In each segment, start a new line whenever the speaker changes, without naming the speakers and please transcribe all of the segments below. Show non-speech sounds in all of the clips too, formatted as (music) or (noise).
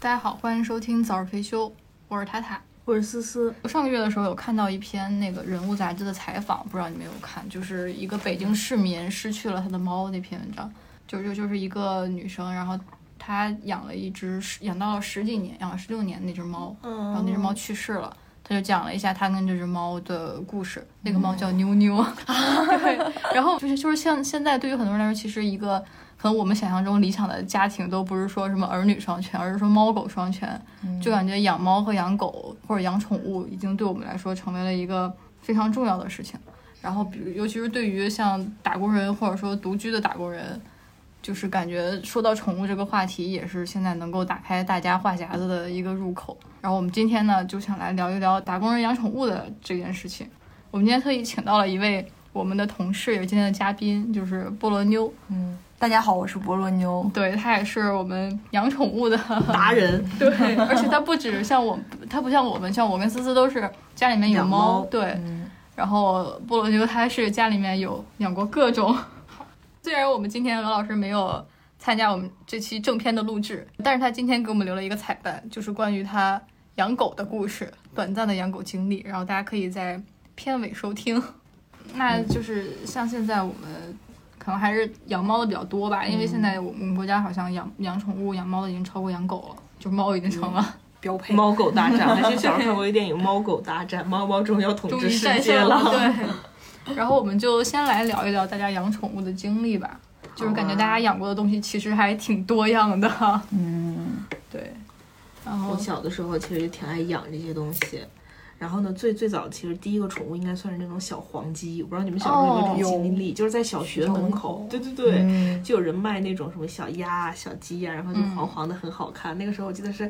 家好，欢迎收听《早日退休》，我是塔塔。
我是思思，
我上个月的时候有看到一篇那个人物杂志的采访，不知道你们有看，就是一个北京市民失去了他的猫那篇文章，就就就是一个女生，然后她养了一只十，养到了十几年，养了十六年那只猫，然
然
后那只猫去世了。她就讲了一下她跟这只猫的故事，那个猫叫妞妞，对，然后就是就是像现在对于很多人来说，其实一个可能我们想象中理想的家庭都不是说什么儿女双全，而是说猫狗双全，就感觉养猫和养狗或者养宠物已经对我们来说成为了一个非常重要的事情。然后，比如尤其是对于像打工人或者说独居的打工人，就是感觉说到宠物这个话题，也是现在能够打开大家话匣子的一个入口。然后我们今天呢，就想来聊一聊打工人养宠物的这件事情。我们今天特意请到了一位我们的同事，也是今天的嘉宾，就是菠萝妞。
嗯，大家好，我是菠萝妞。
对，她也是我们养宠物的
(laughs) 达人，
嗯
对，而且它不止像我，它不像我们，像我跟思思都是家里面有
养
猫，
猫
对。
嗯，
然后菠萝牛它是家里面有养过各种， (laughs) 虽然我们今天鹅老师没有参加我们这期正片的录制，但是他今天给我们留了一个彩蛋，就是关于他养狗的故事，短暂的养狗经历，然后大家可以在片尾收听。 (laughs) 那就是像现在我们可能还是养猫的比较多吧，因为现在我们国家好像养养宠物、养猫的已经超过养狗了，就猫已经成了
标配。
猫狗大战，还是小时候看过一个电影《猫狗大战》，猫猫终于要统
终
治
于
世
战
界
胜了。
(laughs)
对，然后我们就先来聊一聊大家养宠物的经历吧，就是感觉
好啊
大家养过的东西其实还挺多样的。 (laughs)
嗯，
对，然后
我小的时候其实挺爱养这些东西。然后呢，最最早其实第一个宠物应该算是那种小黄鸡，我不知道你们小时候有没有这种
哦
经历，就是在小学门口
小门口，
对对对，
嗯
就有人卖那种什么小鸭啊、小鸡呀、然后就
嗯
黄黄的，很好看。那个时候我记得是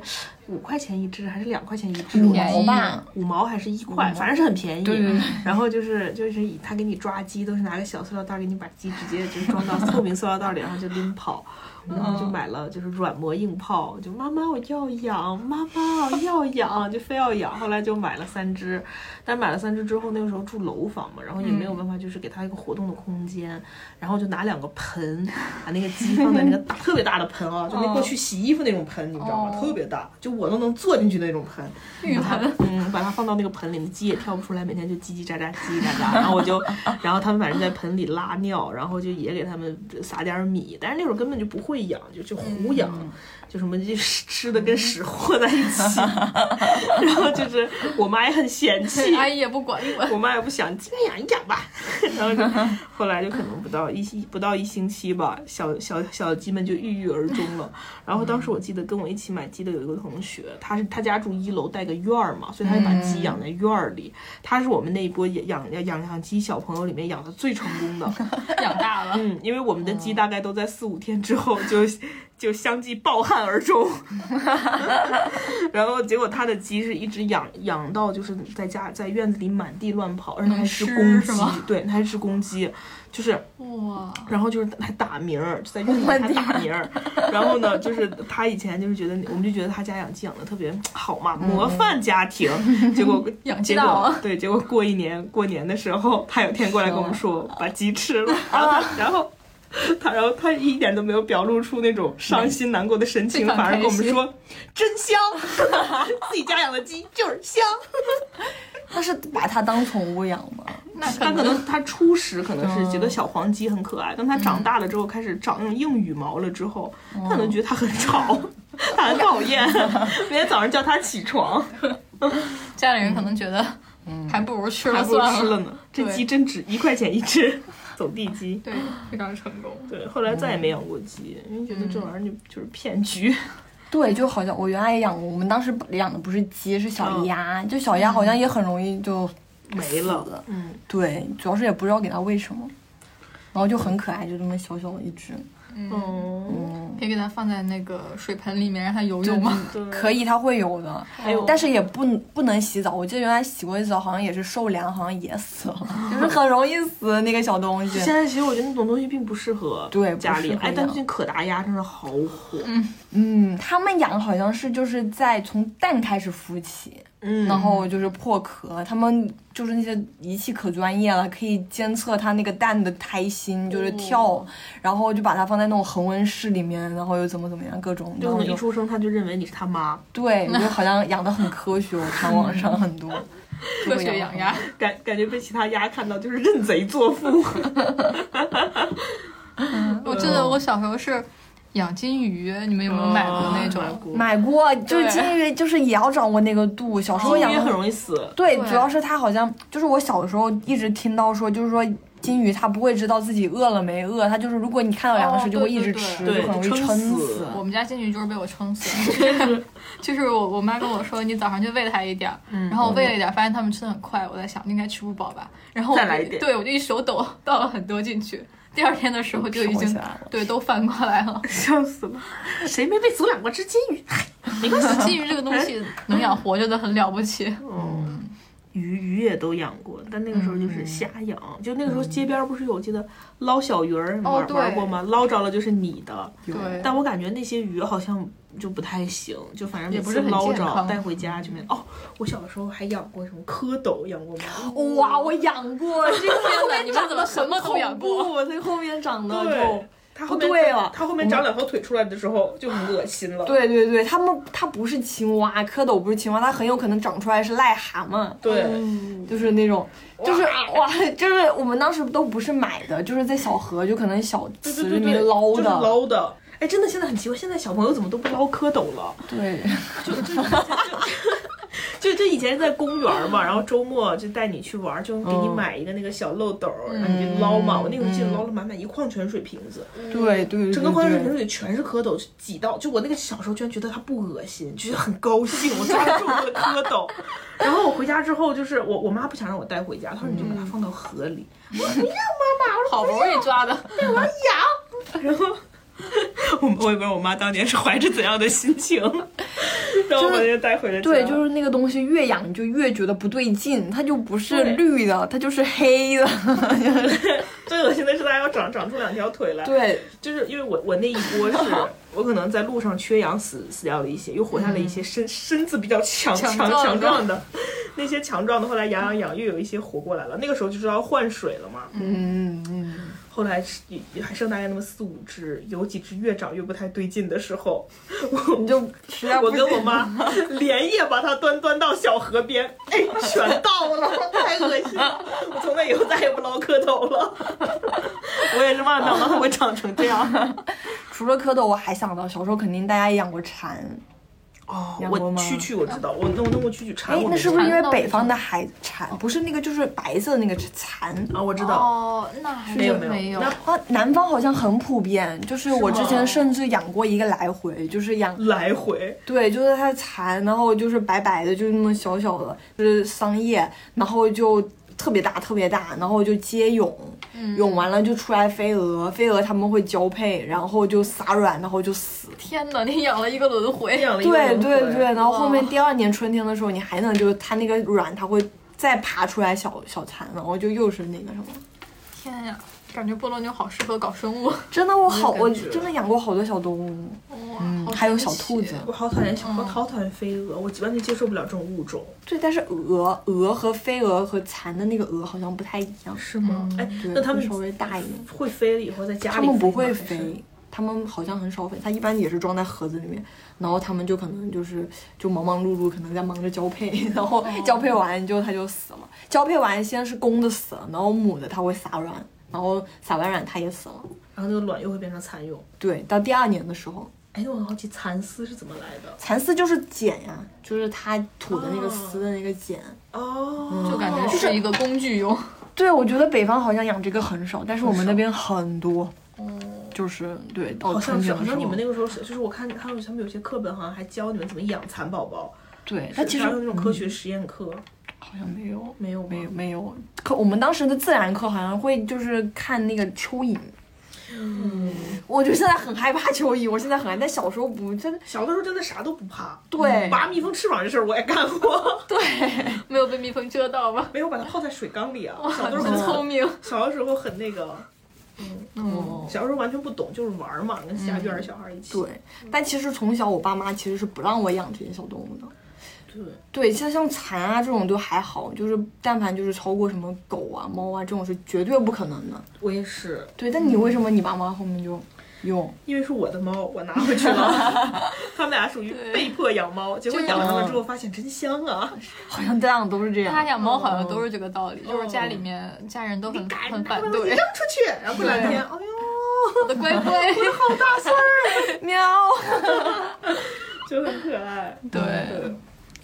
五块钱一只，还是两块钱一只，
五
便宜
毛吧，
五毛还是一
五
块，
毛
反正是很便宜。
对对对
然后就是就是以他给你抓鸡，都是拿个小塑料袋给你把鸡直接就是装到透明塑料袋里，然后就拎跑。然后就买了，就是软磨硬泡，就妈妈我要养，妈妈我要养，就非要养。后来就买了三只，但买了三只之后，那个时候住楼房嘛，然后也没有办法，就是给它一个活动的空间，然后就拿两个盆，把那个鸡放在那个大特别大的盆啊，就那过去洗衣服那种盆，你知道吗？
哦
特别大，就我都能坐进去的那种盆。
浴
把
盆
它， (laughs) 嗯，把它放到那个盆里，鸡也跳不出来，每天就叽叽喳喳，叽叽喳喳。然后我就，然后他们反正在盆里拉尿，然后就也给他们撒点米，但是那会儿根本就不会养，就就胡养，就什么就吃吃的跟屎和在一起， (laughs) 然后就是我妈也很
(laughs)
嫌 (laughs) 弃，
阿姨也不管一管。
我妈也不想，今天养一养吧。 (laughs) 然后就后来就可能不到一星不到一星期吧，小小小鸡们就郁郁而终了。然后当时我记得跟我一起买鸡的有一个同学，他是他家住一楼带个院儿嘛，所以他就把鸡养在院儿里。他是我们那一波养养养养鸡小朋友里面养的最成功的。
养大了，
嗯，因为我们的鸡大概都在四五天之后就 (laughs) 就相继抱憾而
(laughs)
终，然后结果他的鸡是一直养养到就是在家在院子里满地乱跑，而且它还是
吃
公
是
鸡
吗，
对，它还是公鸡，就是 (laughs)
哇，
然后就是还打鸣儿，就在院里还打
(laughs)
鸣儿。然后呢，就是他以前就是觉得，我们就觉得他家养鸡养的特别好嘛，模范家庭。结果
嗯 (laughs) 养鸡啊
结
大
果
王
对，结果过一年过年的时候，他有天过来跟我
啊
们说把鸡吃了，然后他然后。他然后他一点都没有表露出那种伤心难过的神情，
非常
反而跟我
开
们
心
说真香， (laughs) 自己家养的鸡就是香。
(laughs) 他是把它当宠物养吗？
那
(laughs) 他
可
可
能
能他初始可能是觉得小黄鸡很可爱，但他长大了之后开始长那种硬羽毛了之后，他可能觉得它很吵， (laughs) 它很讨厌，每天早上叫它起床，
家里人可能觉得，还不如吃
嗯还
了
不如
算
吃
了。
了呢。这
啊对
鸡真值一块钱一只， (laughs) 走地鸡。 (laughs)
对，非常成功。
对，后来再也没养过鸡，因为觉得这玩意儿就就是骗局。
对，就好像我原来也养过，我们当时养的不是鸡，是小
嗯
鸭，就小鸭好像也很容易就
没了，嗯，
对，主要是也不知道给它喂什么，然后就很可爱，就这么小小的一只，
嗯，
哦，
嗯，
可以给它放在那个水盆里面让它游泳吗？
对，
可以，它会有的，
嗯还有，
但是也不不能洗澡。我记得原来洗过一次澡，好像也是受凉，好像也死了， (laughs) 就是很容易死那个小东西。
(laughs) 现在其实我觉得那种东西并不适合
对不
家里
适。合
哎，但
养
最近可达鸭真的好火，
嗯，他们养好像是就是在从蛋开始孵起，
嗯
然后就是破壳，他们就是那些仪器可专业了，可以监测它那个蛋的胎心，就是跳，
哦
然后就把它放在那种恒温室里面，然后又怎么怎么样各种，然
就可
后
能一
就
出生他就认为你是他妈，
对，就好像养的很科学，我看网上很
(laughs)
多
(laughs) 科学养鸭，，
感感觉被其他鸭看到就是认贼
(laughs)
作父。
我记
嗯
得我小时候是养金鱼，你们有没有哦买
嗯
过那种？
买过，就是
对
金鱼，就是也要掌握那个度，小时候
金
养
鱼
的
很容易死，
对，
对
主要是它好像就是我小的时候一直听到说，就是说金鱼它不会知道自己饿了没饿，它就是如果你看到粮
哦
食就会
对
一直
对
吃，
对
就很容易
撑
撑
死
死。
我们家金鱼就是被我撑死的，就是我我妈跟我说，你早上就喂它一点儿，然后我喂了一点儿，发现它们吃的很快，我在想应该吃不饱吧，然后我
再
就
来一点。
对我就一手抖倒了很多进去，第二天的时候就已
飘起
经
来了
对都翻过来了
笑死了。谁没被阻两过吃 (laughs) 金鱼？
没关系，金鱼这个东西能养活真的很了不起。
嗯，鱼鱼也都养过，但那个时候
嗯
就是瞎养，就那个时候街边儿不是有我记得捞小鱼儿，你
哦
玩、
对
玩过吗？捞着了就是你的，
有
对
但我感觉那些鱼好像就不太行，就反正
也
每
不
次
是很
捞
健
着
康
带回家就没。哦，我小的时候还养过什么蝌蚪，养过吗？
哇，我养过，这个后面
你们怎么什么都
(laughs)
养过
(laughs) 长得很恐怖？我这后面长得
对
就。
它
不
后面
哦对了
它后面长两条腿出来的时候就很恶心了。
对对对，它们它不是青蛙，蝌蚪不是青蛙，它很有可能长出来是癞蛤蟆，
对，
嗯就是那种，就是哇， (laughs) 就是我们当时都不是买的，就是在小河，就可能小
对
池里
对对
面
对，
捞
就是
的，
捞的。哎，真的，现在很奇怪，现在小朋友怎么都不捞蝌蚪了？
对，
就就以前在公园儿嘛，然后周末就带你去玩儿，就给你
嗯
买一个那个小漏斗儿，然后你就捞嘛。我那个记得
嗯
捞了满满一矿泉水瓶子，
对对对，
整个矿泉水
对
瓶子里全是蝌蚪，就挤到就我那个小时候居然觉得它不恶心，就是很高兴，我抓住了蝌蚪。 (laughs) 然后我回家之后，就是我我妈不想让我带回家，她说你就
嗯
把它放到河里，
好不容易抓的，
然后 (laughs) 我我也不知道我妈当年是怀着怎样的心
(laughs)
情，然后我把它带回了家。
对，就是那个东西越养你就越觉得不对劲，它就不是
对
绿的，它就是黑的。 (laughs)
最恶心的是它要长长出两条腿来。
对，
就是因为我我那一波
(laughs)
是我可能在路上缺氧死死掉了一些，又活下
嗯
来一些身、身子比较强
强
强
壮的
强壮的， (laughs) 那些强壮的后来养养养又有一些活过来了。那个时候就知道换水了嘛，
嗯嗯
后来是也还剩大概那么四五只，有几只越长越不太对劲的时候，我
嗯，你就实在
我
不
跟我
行
妈 (laughs) 连夜把它端端到小
(laughs)
河边，哎，全到了，太恶心了！我从那以后再也不捞蝌蚪了。我也是没想到它会长成这样。
除了蝌蚪，我还想到小时候肯定大家也养过蝉，
哦
养
(laughs) 我
过吗
蛐蛐我知道，我弄弄过蛐蛐
哎
蝉，我，
那哦
没
是不是
看
因
蝉
为
到
北
底
方的海蝉，不是那个就是白色的那个蝉？
啊？我知道，
哦，那还
没
是
有没有，那
啊，南方好像很普遍，就是我之前甚至养过一个来回，就是养
来回
对，就是它蚕，然后就是白白的，就是那么小小的，就是桑叶，然后就特别大，特别大，然后就接蛹，
嗯
蛹完了就出来飞蛾，飞蛾它们会交配，然后就撒卵，然后就死。
天哪，你养了一个轮回，
养了一个
对
轮回
对对，，然后后面
哇
第二年春天的时候，你还能就是它那个卵，它会再爬出来小小蚕，然后就又是那个什么。
天呀，感觉波罗牛好适合搞生物，哇，
真的，我好，
有
我
感觉
真的养过好多小动物，嗯
好
还有
神
小兔
奇
子。
我好讨厌小，
嗯
我好讨厌飞蛾，我完全接受不了这种物种。
对，但是蛾、蛾和飞蛾和蚕的那个蛾好像不太一样。
是
嗯
吗？哎，
嗯对
那它
会
们
稍微大一点
会飞了以后在家里
他们不
吗
会。
还是
飞，他们好像很少飞，它一般也是装在盒子里面，然后他们就可能就是就忙忙碌碌，可能在忙着交配，然
哦
后交配完就它就死了。交配完先是公的死了，然后母的它会撒卵，然后撒完卵它也死了。
然后那个卵又会变成蚕蛹。
对，到第二年的时候，
哎，那我很好奇蚕丝是怎么来的？
蚕丝就是茧呀、就是它吐的那个丝的那个茧。
哦
就感觉
就是
一个工具用。
对，我觉得北方好像养这个很少，但是我们那边很多，就是对，到
哦好
春
像是，
天
好
的时
像你
候
们，那个时候是，就是我看他们他们有些课本好像还教你们怎么养蚕宝宝，
对，它其实
还有那种科学实验课，
好像没有，
没有吗
没有，没有。可我们当时的自然课好像会就是看那个蚯蚓。嗯，我就现在很害怕蚯蚓，我现在很害怕，但小时候不真的
小的时候真的啥都不怕，
对
拔蜜蜂翅膀这事儿我也干过，
(laughs)
(laughs)
没有被蜜蜂蛰到吧？
没有把它泡在水缸里啊，小的时
很
候
聪
很
明，
(laughs) 小的时候很那个，
嗯，
小的时候完全不懂，就是玩儿嘛，跟
嗯
下院儿小孩儿一起，
对。但其实从小我爸妈其实是不让我养这些小动物的，
对，
对，像像蚕啊这种都还好，就是但凡就是超过什么狗啊、猫啊这种是绝对不可能的。
我也是，
对，但你为什么你爸妈后面就用？
因为是我的猫，我拿回去了。
(laughs)
他们俩属于被迫养猫，结果
对
养了它们之后发现真香啊！
好像这样都是这
大家
样。
养猫好像都是这个道理，就是家里
哦
面家人都很
你敢
很
拿
反
把东
对
西扔。出去，然后过两天，哎呦，
我的乖乖，
(laughs)
喵。
就很可爱。
对，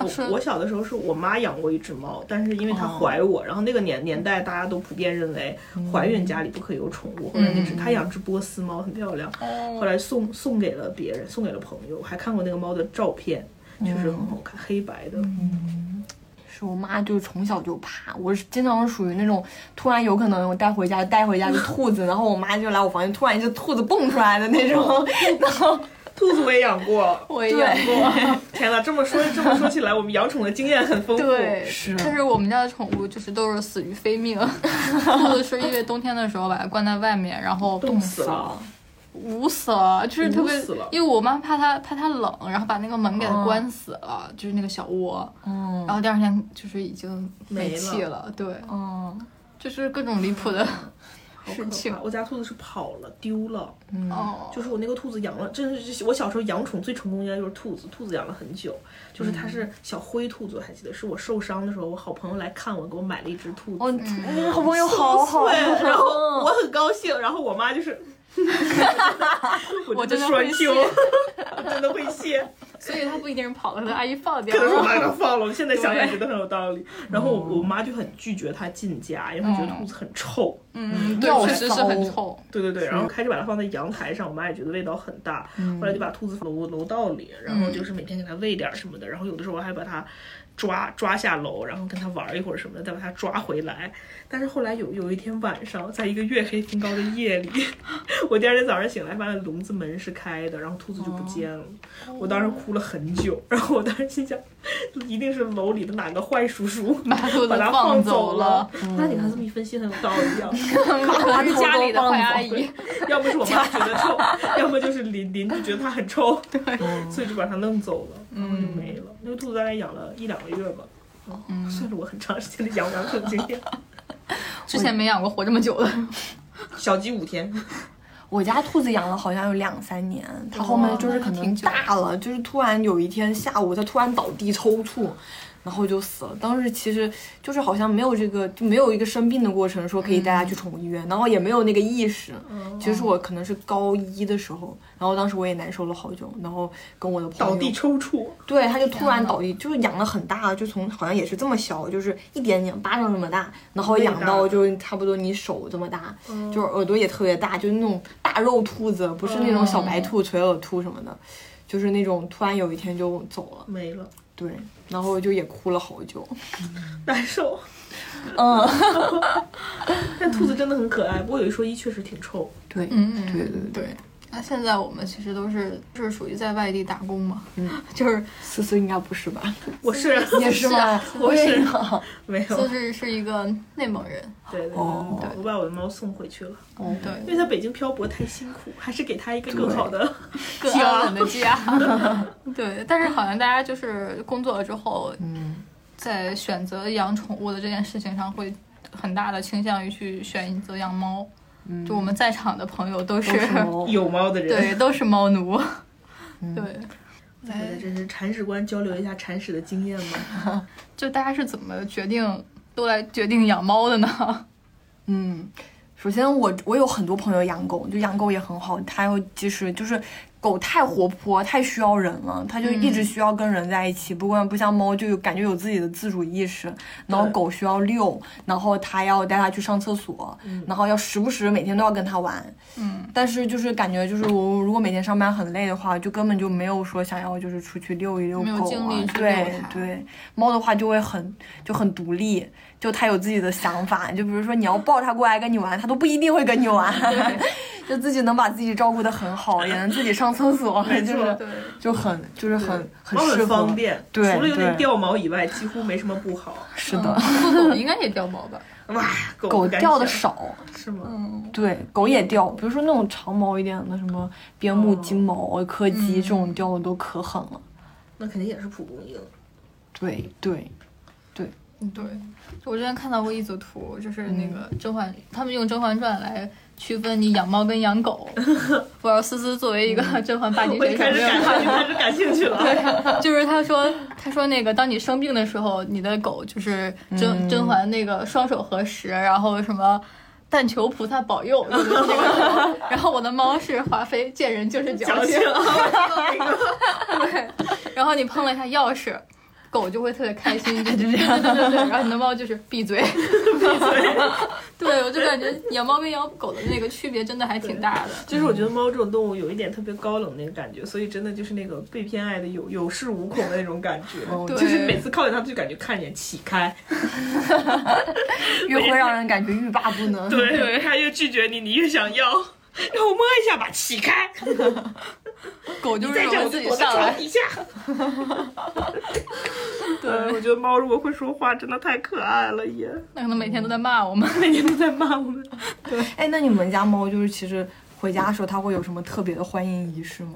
是
我我小的时候是我妈养过一只猫，但是因为她
哦
怀我，然后那个年年代大家都普遍认为
嗯
怀孕家里不可有宠物，后来那只她养只波斯猫很漂亮，后来送送给了别人，送给了朋友，我还看过那个猫的照片，确实很好看，
嗯
黑白的。
是我妈就从小就怕，我是经常是属于那种突然有可能我带回家带回家个兔子，然 (laughs) 后我妈就来我房间，突然一只兔子蹦出来的那种，然后
兔子我也养过，
我也养过。
天呐，这么说这么说起来，我们养宠的经验很丰富。
对，
啊
是
但是我们家的宠物就是都是死于非
(laughs)
命，兔子是因为冬天的时候把它关在外面，然后
冻死了，
捂死了，就是特别
捂死了，
因为我妈怕它怕它冷，然后把那个门给它关死了，
哦
就是那个小窝，
(laughs) 嗯
然后第二天就是已经
没
没
了
气了，对，
嗯，
就是各种离谱的
好可
事情
怕！我家兔子是跑了，丢了。
哦，
就是我那个兔子养了，真是我小时候养宠最成功应该就是兔子，兔子养了很久，就是它是小灰兔子，我还记得是我受伤的时候，我好朋友来看我，给我买了一只兔子，
哦，嗯好朋友好好，
对，然
哦
后我很高兴，然后我
(laughs)
妈就是， (laughs)
我
真
真
的
的会
栓丢，
谢
我 (laughs) 真的会谢，
(laughs) 所以它不一定是跑了，它阿姨放掉
可能是我
了。
妈给它放了，我现在想想觉得很有道理。然后我我妈就很拒绝它进家，因为她觉得兔子很臭。
嗯，
要
对，确实是很
骚
臭。
对对对，然后开始把它放在阳台上，我妈也觉得味道很大，
嗯
后来就把兔子放楼楼道里，然后就是每天给它喂点儿什么的，然后有的时候还把它抓抓下楼，然后跟它玩儿一会儿什么的，再把它抓回来。但是后来有有一天晚上，在一个月黑风高的夜里， (laughs) 我第二天早上醒来发现笼子门是开的，然后兔子就不见了，我当时哭了很久，然后我当时心想，一定是楼里的哪个坏
(laughs)
叔叔。
把兔子
把它
放
走
了，，
那你看这么一分析很有道理啊。
可能是家里的坏阿
对
(laughs) 姨。
要么是我妈觉得臭，要么就是邻邻居觉得它很臭，对，所以就把它弄走了，然后就没了。那个兔子大概养了一两个月吧，嗯，算是我很长时间的养养宠经验。
之前没养过活这么久的，
(laughs)
(laughs)
小鸡五天，
我家兔子养了好像有两三年，它后面就是可
那
能
挺久
大了，就是突然有一天下午它突然倒地抽搐，然后就死了。当时其实就是好像没有这个，就没有一个生病的过程，说可以带
嗯
它去宠物医院，然后也没有那个意识。其实我可能是高一的时候，然后当时我也难受了好久，然后跟我的朋友
倒地抽搐，
对，它就突然倒地，就是养的很大，就从好像也是这么小，就是一点点巴掌这么大，然后
胃
养
大
到就差不多你手这么大，就是耳朵也特别大，就是那种大肉兔子，不是那种小白兔、垂耳兔什么的，就是那种突然有一天就走了，
没了，
对，然后就也哭了好久，
难受。
嗯，
(laughs) 但兔子真的很可爱，不过有一说一，确实挺臭。
对，
嗯
对对对对，
那现在我们其实都是就是属于在外地打工嘛，
嗯，
就是
思思应该不是吧？
我嗯是
也是 (laughs) 啊吗？
我是
也
没
(laughs)
有，
就是是一个内蒙人，
对对对，
哦
我把我的猫送回去了，
哦，
对， (laughs)
因为在北京漂泊太辛苦，还是给它一个更好的。
更安稳的家。 (laughs) 对，但是好像大家就是工作了之后，
嗯，
在选择养宠物的这件事情上，会很大的倾向于去选择养猫。就我们在场的朋友嗯都是，
都是猫
有猫的
(laughs)
人， (laughs)
对，都是猫奴。对，哎
我在这是铲屎官交流一下铲屎的经验吗？
就大家是怎么决定都来决定养猫的呢？ (laughs)
嗯，首先我我有很多朋友养狗，就养狗也很好，它要及时就是。狗太活泼，太需要人了，它就一直需要跟人在一起。不管不像猫，就有感觉有自己的自主意识。然后
对
狗需要遛，然后它要带它去上厕所，然后要时不时每天都要跟它玩。
嗯，
但是就是感觉就是我如果每天上班很累的话，就根本就没有说想要就是出去遛一遛
没有
狗
精
啊
力。去遛
对
它
对，猫的话就会很就很独立，就它有自己的想法，就比如说你要抱它过来跟你玩，它都不一定会跟你玩， (laughs) 就自己能把自己照顾得很好，也能自己上厕所，就是
对，
就很就是很很
猫
适
很
合
方，便，
对
除了有点
对
掉毛以外，几乎没什么不好。
是的，
(laughs) 不懂应该也掉毛吧？
哇，狗
狗
不敢
掉的
想
少，
是吗？
嗯，
对，狗也掉，比如说那种长毛一点的什么边牧、
哦
金毛、柯基这种掉的都可狠了，
那肯定也是蒲公英。
对对，
嗯对，嗯我之前看到过一组图，就是那个《甄嬛》，他们用《甄嬛传》来区分你养猫跟养 (laughs) 狗。不知道思思作为一个甄嬛八级
我
选
也
手，
开始
没有
感
看
兴趣，开始感兴趣了。
就是他说，他说那个当你生病的时候，你的狗就是甄甄嬛那个双手合十，然后什么。但求菩萨保佑，就是那个狗然后我的猫是华妃，见人就是矫
矫
情
情。，
(laughs)
对，然后你碰了一下钥匙，狗就会特别开心，就这样。对对对，然后你的猫就是闭嘴，闭嘴。对，我就感觉养猫跟养狗的那个区别真的还挺大的。
就是我觉得猫这种动物有一点特别高冷那个感觉，所以真的就是那个被偏爱的有有恃无恐的那种感觉，
哦
就是每次靠近它就感觉看一眼
(laughs)
起开，
越会让人感觉欲罢不能。
对，它越拒绝你，你越想要，让我摸一下吧，起开，
狗就
你
是
在这
我
儿
自己
我在
上
床
来。
底下。 (laughs) 嗯对，我觉得猫如果会说话，真的太可爱了， (laughs) 也
那可能每天都在骂我们。
每天都在骂我们。
哎，那你们家猫就是其实回家的时候，它会有什么特别的欢迎仪式吗？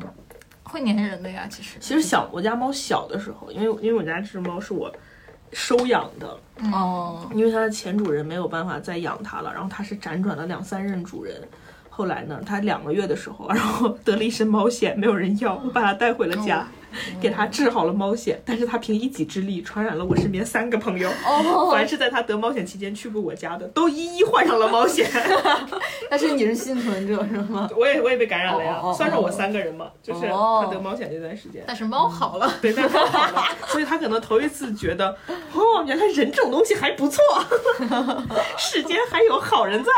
会粘人的呀，其实。
其实小我家猫小的时候，因为因为我家这只猫是我收养的，
哦，
因为它的前主人没有办法再养它了，然后它是辗转了两三任主人。后来呢，它两个月的时候，然后得了一身猫癣，没有人要，我把它带回了
哦
家，给它治好了猫癣。但是它凭一己之力传染了我身边三个朋友，
哦
(laughs) 凡是在它得猫癣期间去过我家的，都一一患上了猫癣。 (laughs)
但是你是幸存者是吗？
我也我也被感染了呀
哦哦哦，
算上我三个人嘛，就是
哦
它得猫癣这段时间。
但是猫好了，
(laughs) 对，但是他好了，所以他可能头一次觉得，哦，原来人这种东西还不错， (laughs) 世间还有好人在。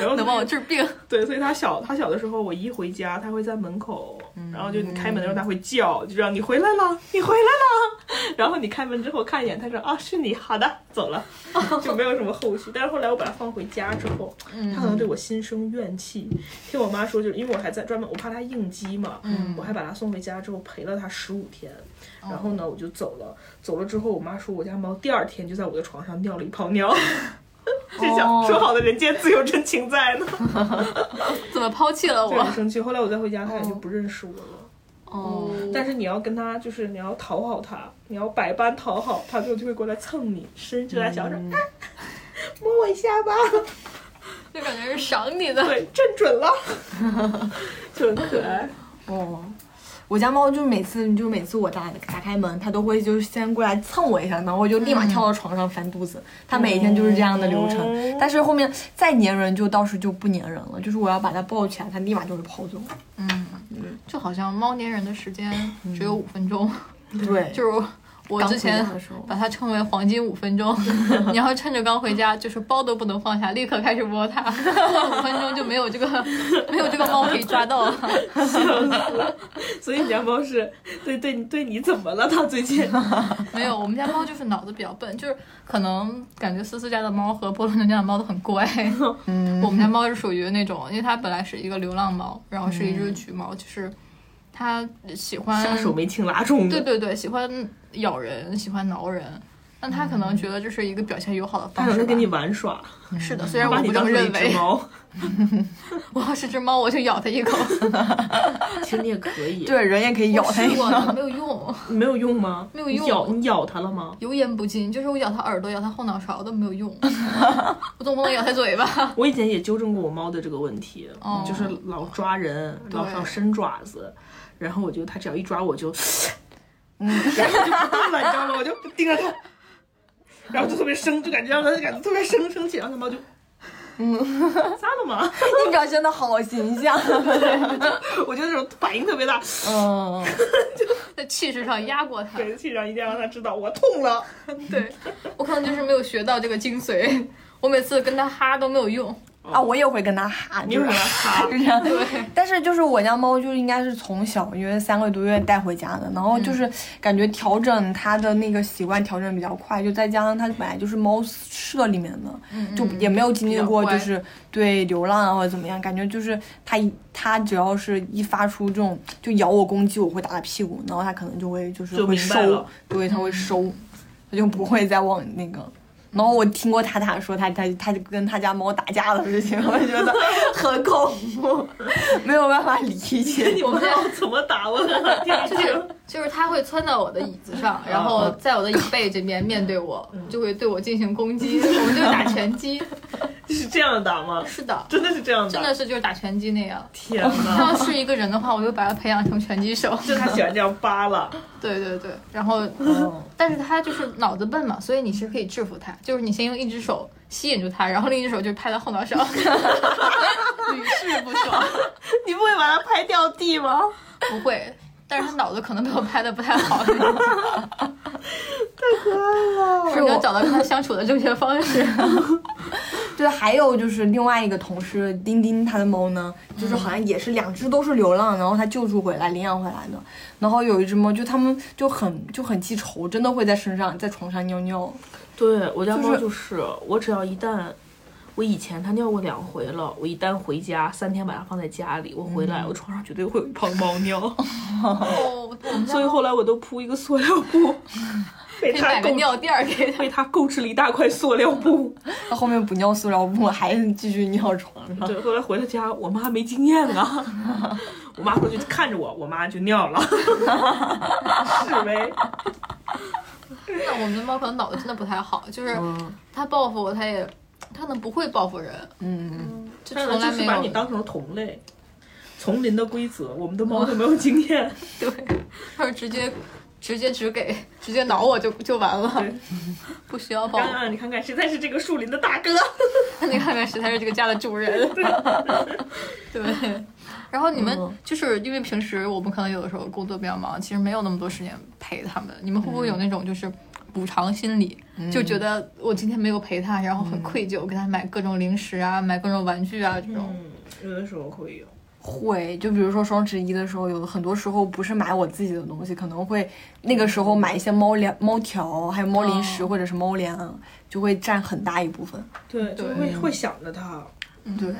然后
能帮我治病。
对，所以他小他小的时候，我一回家，他会在门口，然后就你开门的时候，他会叫，就让你回来了，你回来了。 (laughs) 然后你开门之后看一眼，他说啊，是你，好的，走了，就没有什么后续。但是后来我把它放回家之后，他可能对我心生怨气。听我妈说，就是因为我还在专门，我怕它应激嘛，我还把它送回家之后陪了它十五天。然后呢，我就走了。走了之后，我妈说我家猫第二天就在我的床上尿了一泡尿，就 (laughs)
哦
想说好的人间自有真情在呢。
怎么抛弃了
对，
我
很？生气。后来我再回家，他俩就不认识我了。
哦，
嗯
但是你要跟他，就是你要讨好他，你要百般讨好，他最后就会过来蹭你，伸出来小手，
嗯
啊摸我一下吧， (laughs)
就感觉是赏你的。
对，正准了，
(laughs)
就很可爱。
哦，我家猫就每次就每次我打打开门，它都会就是先过来蹭我一下，然后我就立
嗯
马跳到床上翻肚子。它每一天就是这样的流程，
哦
但是后面再粘人就倒是就不粘人了，就是我要把它抱起来，它立马就会跑走。
嗯，就好像猫粘人的时间只有五分钟，
对，
嗯 (laughs) 就是我我
刚
之
回
前
家的时候
把它称为黄金五分 (laughs) 钟。你要趁着刚回家，就是包都不能放下，立刻开始摸 (laughs) 它，过了五分钟就没有这个 (laughs) 没有这个猫可以抓到 (laughs) 了。
所以你家猫是对对你对你怎么了？它
(laughs)
最近
没有，我们家猫就是脑子比较笨，就是可能感觉思思家的猫和波伦家的猫都很乖。嗯，我们家猫是属于那种，因为它本来是一个流浪猫，然后是一只橘猫，就是它喜欢
下手没轻拉重
对
的，
对对，喜欢咬人，喜欢挠人。但它可能觉得这是一个表现友好的
它
方
嗯可
式
能
吧。
跟你玩耍，
是的，虽然
把
我
你
不这
当
么
成一
认
只
为。
猫。
(laughs) 我要是只猫，我就咬它一
(laughs)
口。
其实你也可以，
对，人也可以咬
我
它
试
一
过
口。
了，没有用，
没有用吗？
没有用
你咬你咬它了吗？
油盐不进。就是我咬它耳朵，咬它后脑勺都没有用。 (laughs) 我总不能咬它嘴吧？
我以前也纠正过我猫的这个问题，
哦
就是老抓人，
对
老老伸爪子，然后我就它只要一抓我就， (laughs) 嗯， (laughs) 然后我就不动了，你知道吗？我就不盯着它，然后就特别生，就感觉让它感觉特别生生气，然后它猫就。 (laughs) 嗯，咋了嘛？
(laughs) 你表现的好
(laughs)
形象。
我觉得这种反应特别大，
嗯，
(laughs) 在气势上压过它。
对，气上一定要让它知道我痛了。
对，我可能就是没有学到这个精髓。 (laughs) 我每次跟它哈都没有用。
啊，我也会跟它哈，
你
就
有
是
啥 (laughs) 哈？
就这样。
对。
但是就是我家猫就是应该是从小因为三个多月带回家的，然后就是感觉调整它的那个习惯调整比较快，就再加上它本来就是猫舍里面的，就也没有经历过
比较乖
就是对流浪啊或者怎么样，感觉就是它一它只要是一发出这种就咬我攻击我会打它屁股，然后它可能就会就是
就
会
明白了
收，对，它会收，它就不会再往那个。然后我听过塔塔说他他他就跟他家猫打架的事情， (laughs) 我就觉得很恐怖，没有办法理解。
(laughs)
你们要怎么打我？
就是就是它会窜到我的椅子
(laughs)
上，然
嗯
后在我的椅背这边面对我，就会对我进行攻击， (laughs) 我们就打拳击。
是这样打吗？
是的，
真的是这样打？
真的是就是打拳击 (laughs) 那样。
天
他
哪！
要是一个人的话，我就把他培养成拳击 (laughs) 手。
就他喜欢这样扒拉，
对对对，然后，但是他就是脑子笨嘛，所以你是可以制服他，就是你先用一只手吸引住他，然后另一只手就是拍他后脑 (laughs) 勺，屡试不爽。
(laughs) 你不会把他拍掉地吗？
不会，但是他脑子可能被我拍的不太好，
是
我没有
我
找到跟他相处的正确方式。
对，还有就是另外一个同事丁丁，他的猫呢，就是好像也是两只都是流浪，然后他救助回来、领养回来的。然后有一只猫，就他们就很就很记仇，真的会在身上、在床上尿尿。
对我家
就是
猫就是，我只要一旦，我以前它尿过两回了，我一旦回家三天把它放在家里，我回
嗯
来、我床上绝对会有一泡猫
(laughs)
尿，
哦，我们家
所以后来我都铺一个塑料
(laughs)
布，被
可以
它
买个
够
尿垫儿给他。
被它购置了一大块塑料布。
他后面不尿塑料布，还继续尿床上。
对，后来回了家，我妈没经验啊，
(laughs)
我妈回去看着我，我妈就尿了，
(laughs)
是呗？
(laughs) 那我们的猫可能脑子真的不太好，就是
嗯
它报复我，它也它可能不会报复人，
嗯，
就
但
从
是
来
就
没
是把你
有。
当成同类。丛林的规则，我们的猫都没有经验。
对，它是直接直接只给直接挠我就就完了
对，
不需要报
刚
复。 (laughs)
啊刚你看看，实在是这个树林的大哥。
那你看看谁才是这个家的主
(laughs)
人？对。然后你们
嗯
就是因为平时我们可能有的时候工作比较忙，其实没有那么多时间陪他们。你们会不会有那种就是补偿心理，就觉得我今天没有陪他，然后很愧疚，给他买各种零食啊，买各种玩具啊这种。
嗯，有的时候会有。
会，就比如说双十一的时候，有很多时候不是买我自己的东西，可能会那个时候买一些猫粮、猫条，还有猫零食
哦
或者是猫粮，就会占很大一部分。
对，嗯就
对
会会想着它。
对，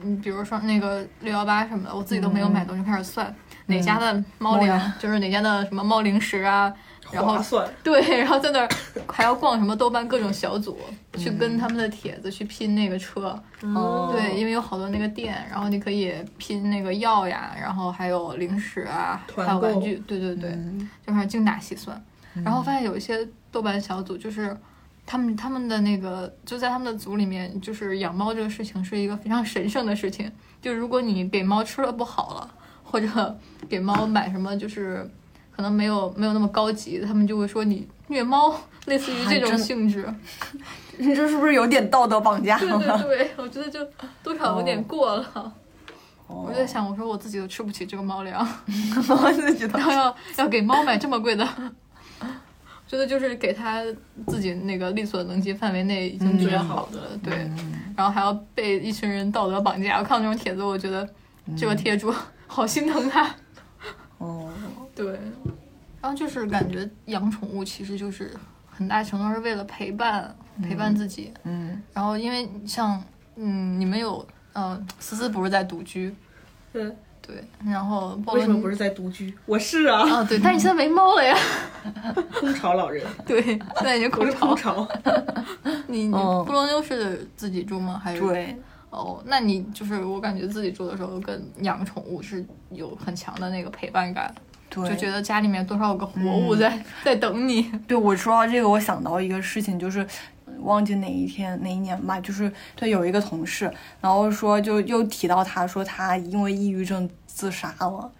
嗯，比如说那个六幺八什么的，我自己都没有买东西，开始算哪家的猫粮，就是哪家的什么猫零食啊，然后
划算，
对，然后在那儿还要逛什么豆瓣各种小组，去跟他们的帖子去拼那个车。
嗯
哦
对，因为有好多那个店，然后你可以拼那个药呀，然后还有零食啊，还
团
有
购
玩具。对对对，
嗯
就是精打细算。然后发现有一些豆瓣小组就是。他们他们的那个就在他们的组里面，就是养猫这个事情是一个非常神圣的事情。就如果你给猫吃了不好了，或者给猫买什么就是可能没有没有那么高级，他们就会说你虐猫，类似于这
啊
种
真的
性
(laughs)
质。
你这是不是有点道德绑架
对
了？
对对，我觉得就多少有点过了。我就在
哦
想，我说我自己都吃不起这个猫粮，
我自己的
然后要要给猫买这么贵的，觉得就是给它自己那个力所能及范围内已经
嗯
比较
最
好
好
的
的
了，对。然后还要被一群人道德绑架，我看到那种帖子，我觉得这个贴主 (laughs) 好心疼它。
哦，
对，然后就是感觉养宠物其实就是很大程度是为了陪伴，陪伴自己。
嗯，
然后因为像嗯，你们有呃，思思不是在独居，
对，
对，然后鲍
为什么
文
不是在独居？我是啊，
啊？对，但是你现在没猫了呀。
空巢老人，
对，现在已经
我
空
是空
巢。
巢。
(laughs) 你你
嗯
布隆妞是自己住吗？还是？
(laughs) 对，
哦，那你就是我感觉自己住的时候跟养宠物是有很强的那个陪伴感，
对，
就觉得家里面多少有个活物在、在等你。
对我说到这个，我想到一个事情，就是忘记哪一天哪一年吧，就是对有一个同事，然后说就又提到他说他因为抑郁症自杀了。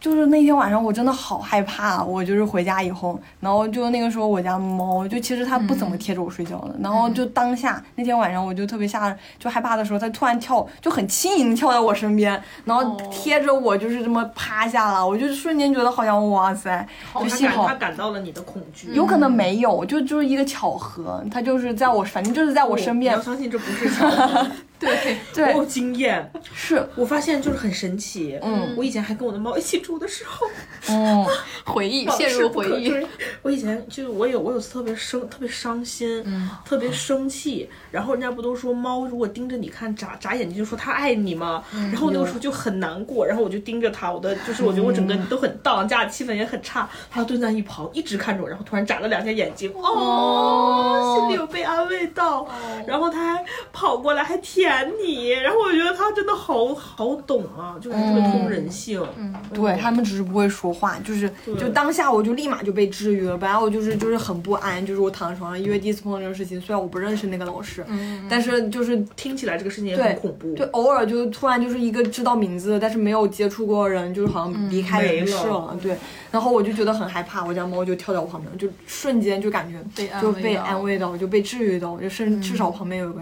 就是那天晚上，我真的好害怕。我就是回家以后，然后就那个时候我家猫，就其实它不怎
嗯
么贴着我睡觉的。然后就当下那天晚上，我就特别吓，就害怕的时候，它突然跳，就很轻盈地跳在我身边，然后
哦
贴着我就是这么趴下了。我就瞬间觉得好像哇塞，就
他
幸
感
好
他感到了你的恐惧。
有可能没有，就就是一个巧合，他就是在我，反正就是在我身边
你要，相信这不是巧合，
对，
我
对
有，经验。 (laughs)
是，
我发现就是很神奇。
嗯
我以前还跟我的猫一起住的时候，
嗯，
回忆
往
陷
事
入
不
回
可
忆。嗯
追。我以前就是我有我有次特别生特别伤心，
嗯
特别生气。然后人家不都说猫如果盯着你看眨眨眼睛就说它爱你吗？
嗯
然后那个时候就很难过，然后我就盯着它，我的就是我觉得我整个人都很荡，家里气氛也很差。它蹲在一旁一直看着我，然后突然眨了两下眼睛，哦，
哦
哦
心里有被安慰到。然后它还跑过来还贴演你。然后我觉得他真的好好懂啊，就是特别通人性。嗯，
对他们只是不会说话，就是
对
就当下我就立马就被治愈了。本来我就是就是很不安，就是我躺在床上，因为第一次碰到这种事情，虽然我不认识那个老师，
嗯
但是就是
听起来这个事情也
对
很恐怖。
就偶尔就突然就是一个知道名字，但是没有接触过的人，就是好像离开人世了，
没了
嗯对。然后我就觉得很害怕，我家猫就跳到我旁边，就瞬间就感觉
被安
就
慰
被
到
安慰到，就被治愈到，就甚至至少旁边有个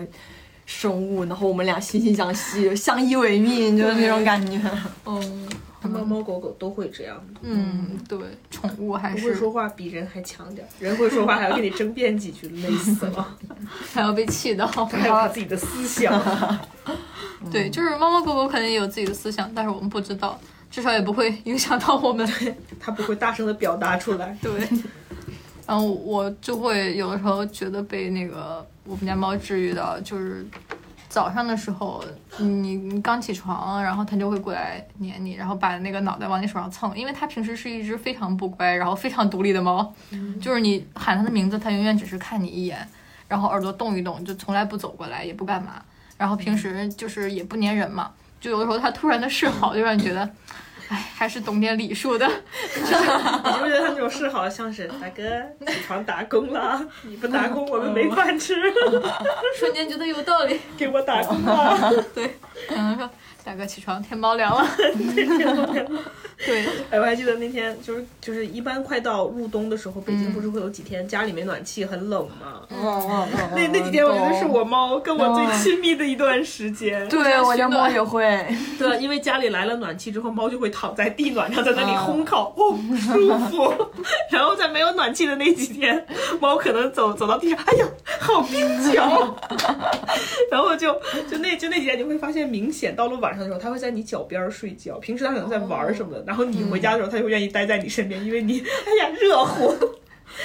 生物，然后我们俩惺惺相惜，就相依为命，就是那种感觉。
嗯，猫猫狗狗都会这样，
嗯，对，宠物还
不会
哎是
说话比人还强点儿，人会说话还要跟你争辩几句，累死了，
还要被气到。
还有他自己的思想。
对，就是猫猫狗狗肯定也有自己的思想，但是我们不知道，至少也不会影响到我们。
他不会大声的表达出来。
对，然后我就会有的时候觉得被那个我们家猫治愈到，就是早上的时候，你你刚起床，然后它就会过来黏你，然后把那个脑袋往你手上蹭，因为它平时是一只非常不乖，然后非常独立的猫，就是你喊它的名字，它永远只是看你一眼，然后耳朵动一动，就从来不走过来，也不干嘛，然后平时就是也不粘人嘛。就有的时候它突然的示好，就让你觉得，哎，还是懂点礼数的。
你觉不觉得他那种示好像是大哥起床打工了，你不打工我们没饭吃，
(laughs)
(laughs)
瞬间觉得有道理。
给我打工吧。
对，然后说大哥起床，天猫 (laughs) 凉了。对，
哎，我还记得那天就是就是一般快到入冬的时候，北京不是会有几天家里没暖气，很冷嘛。
嗯
那
那
那几天我觉得是我猫跟我最亲密的一段时间。
对我家猫也会，
对，啊因为家里来了暖气之后，猫就会躺在地暖上，在那里烘烤，哦，舒服。 (laughs) 然后在没有暖气的那几天，猫可能走走到地上，哎呀，好冰脚。 (laughs) 然后就就那就那几天，你会发现明显到了晚上的时候，它会在你脚边儿睡觉。平时它可能在玩儿什么的，然后你回家的时候，它就会愿意待在你身边，因为你哎呀热乎。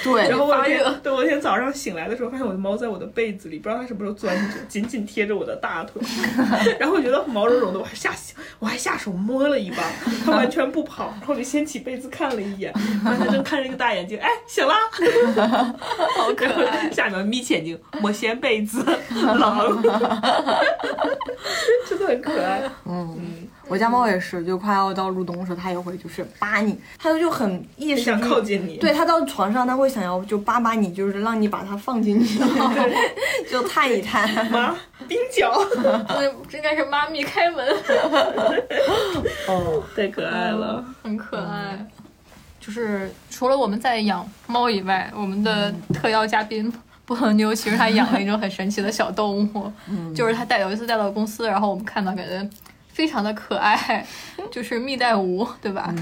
对 (laughs)
(laughs) 然后我有一
发热
天，对我有一天早上醒来的时候，发现我的猫在我的被子里，不知道它什么时候钻进去，紧紧贴着我的大 (laughs) 腿，然后我觉得毛茸茸的，我还下我还下手摸了一把，它完全不跑，然后我就掀起被子看了一眼，然后它正看着一个大眼睛，哎，醒 (laughs) 啦，
好可
然后
爱。
下面眯起眼睛，我掀被 (laughs) 子，狼， (laughs) 真的很可爱，嗯
我家猫也是，就快要到入冬的时候，它也会就是扒你，它就很意识
想
就是
靠近你，
对，它到床上，它会想要就扒扒你，就是让你把它放进去，就探一探。
(laughs) 妈，冰脚，
嗯，这应该是妈咪开门，
哦，
太可爱了，
很可爱。就是除了我们在养猫以外，我们的特邀嘉宾 (laughs) 波伦妞其实他养了一种很神奇的小动物，就是他带有一次带到公司，然后我们看到感觉非常的可 (laughs) 爱，就是蜜袋鼯，对吧？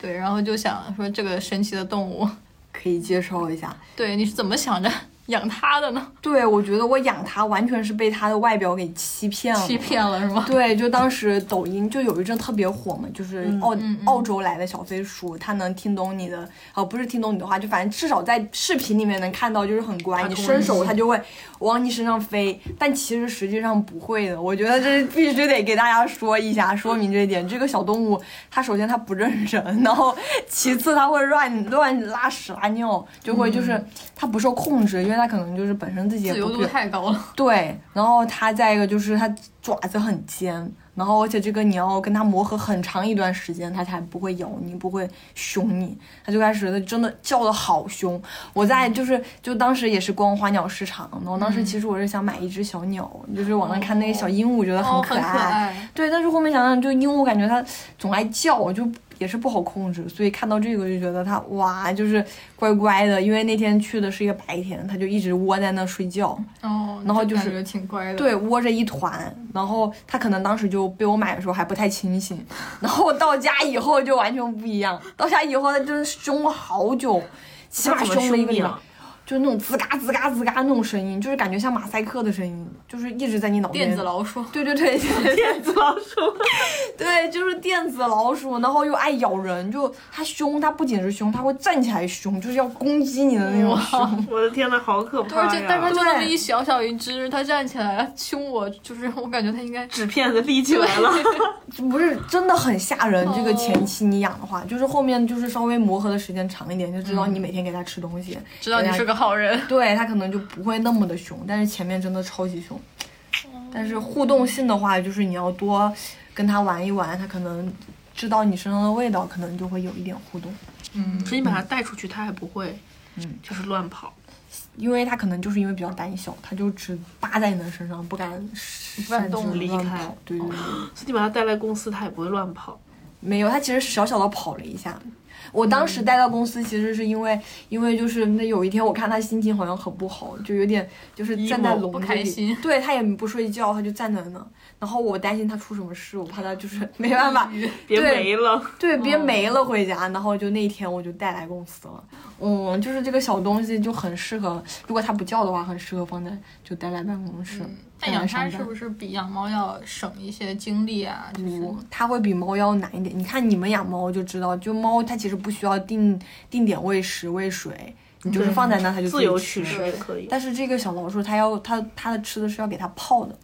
对，然后就想说这个神奇的动物，
可以介绍一下。
对你是怎么想着养它的呢？
对，我觉得我养它完全是被它的外表给欺骗了。
欺骗了是吗？
对，就当时抖音就有一阵特别火嘛，就是澳、
嗯嗯
澳洲来的小飞鼠，它能听懂你的，哦、不是听懂你的话，就反正至少在视频里面能看到，就是很乖，
它
你
懂
伸
你
手它就会往你身上飞，但其实实际上不会的。我觉得这必须得给大家说一下，说明这一点。这个小动物，它首先它不认人，然后其次它会乱乱拉屎拉尿，就会就是它不受控制，因为它可能就是本身自己也
嗯自由
不
度
会。
太高了，
对，然后它再一个就是它爪子很尖，然后而且这个你要跟它磨合很长一段时间，它才不会咬你，不会凶你。它就开始它真的叫的好凶。我在就是就当时也是逛花鸟市场，然后当时哦其实我是想买一只小鸟，就是网上看那个小鹦鹉，觉得
哦，
可
很可爱。
对，但是后面想想，就鹦鹉感觉它总爱叫，就也是不好控制，所以看到这个就觉得它哇，就是乖乖的。因为那天去的是一个白天，它就一直窝在那睡觉。
哦，
然后就是
感觉挺乖的。
对，窝着一团，然后他可能当时就被我买的时候还不太清醒，然后到家以后就完全不一样，到家以后他真的凶了好久，起码
它怎么
凶了一
凶
个
你
礼拜
啊，
就那种吱嘎吱嘎吱嘎那种声音，就是感觉像马赛克的声音，就是一直在你脑边。
电子老鼠，
对对对， (laughs)
电子老鼠，
对，就是电子老鼠，然后又爱咬人，就它凶，它不仅是凶，它会站起来凶，就是要攻击你的那种凶。
(laughs) 我的天呐，好可
(laughs) 对，而
怕
且但是它
呀！
就那么一小小一只，它站起来凶我，就是我感觉它应该
纸片子立起来了， (laughs)
不是真的很吓人。这个
哦
前期你养的话，就是后面就是稍微磨合的时间长一点，就知道你每天给它吃东西，
嗯知道你是个好人。嗯
对它可能就不会那么的凶，但是前面真的超级凶。但是互动性的话，就是你要多跟它玩一玩，它可能知道你身上的味道，可能就会有一点互动。
嗯，
所以你把它带出去，它还不会，
嗯，
就是乱跑。
因为它可能就是因为比较胆小，它就只扒在你的身上，不敢
不敢
擅
动哦
自
离
乱
开
跑对对对。
所以你把它带来公司，它也不会乱跑。
没有，他其实小小的跑了一下。
嗯
我当时带到公司，其实是因为，因为就是那有一天，我看他心情好像很不好，就有点就是站在
emo，
笼
不
子
开
里，
心
对他也不睡觉，他就站在那。然后我担心他出什么事，我怕他就是没
(laughs)
办法，
嗯
别
对
没了，
(laughs) 对，别没了回家。然后就那一天我就带来公司了。嗯，就是这个小东西就很适合，如果它不叫的话，很适合放在就带来办公室。
但养它是不是比养猫要省一些精力啊？就是
嗯
不，它会比猫要难一点。你看你们养猫就知道，就猫它其实不需要定定点喂食喂水，你就是放在那它就
自
己
由取
吃。
食也可以。
但是这个小老鼠，它要它它的吃的是要给它泡的，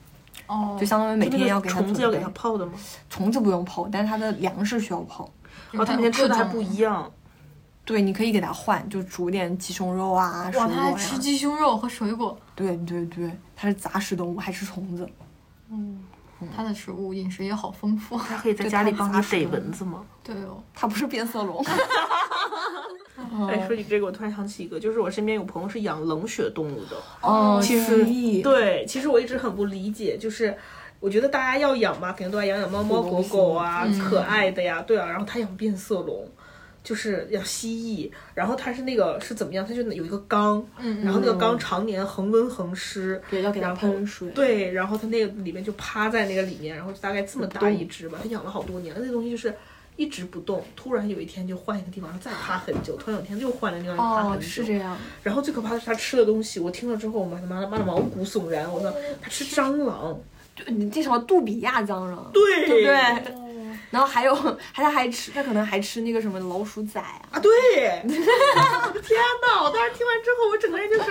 哦，
就相当于每
那
天
个
要给它
虫
准
子要给
备
它。泡的吗？
虫子不用泡，但是它的粮食需要泡。
就
然
是它
后它
有
每天吃
各
的还
种
不一样。
对，你可以给它换，就煮点鸡胸肉啊、水
哇，
果
它
呀、
还吃鸡胸肉和水果，
对对对，它是杂食动物，还吃虫子。
嗯，它的食物饮食也好丰富。啊
它可以在
对
家
它
里帮
杂
你
食
逮
的
蚊子吗？
对哦，
它不是变色龙。
哎，说起这个，我突然想起一个，就是我身边有朋友是养冷血动物的。
哦，
其实
对
对，其实我一直很不理解，就是我觉得大家要养嘛，肯定都要养养猫猫狗狗啊，可爱的呀，对啊。然后他养变色龙，就是养蜥蜴，然后它是那个是怎么样？它就有一个缸，
嗯
然后那个缸常年恒温恒湿，
对，要给它
然后
喷水。
对，然后它那个里面就趴在那个里面，然后就大概这么大一只吧，它养了好多年，那东西就是。一直不动，突然有一天就换一个地方，然后再趴很久，突然有一天又换了另外一个趴很
哦，
久，
是这样。
然后最可怕的是他吃的东西，我听了之后，我妈的妈的妈的毛骨悚然。我说他吃蟑螂，
就你这什么杜比亚啊蟑螂，
对
对
啊
不对？ (laughs) 然后还有，还他还吃，他可能还吃那个什么老鼠仔啊。
啊，对， (laughs) 天哪！我当时听完之后，我整个人就是。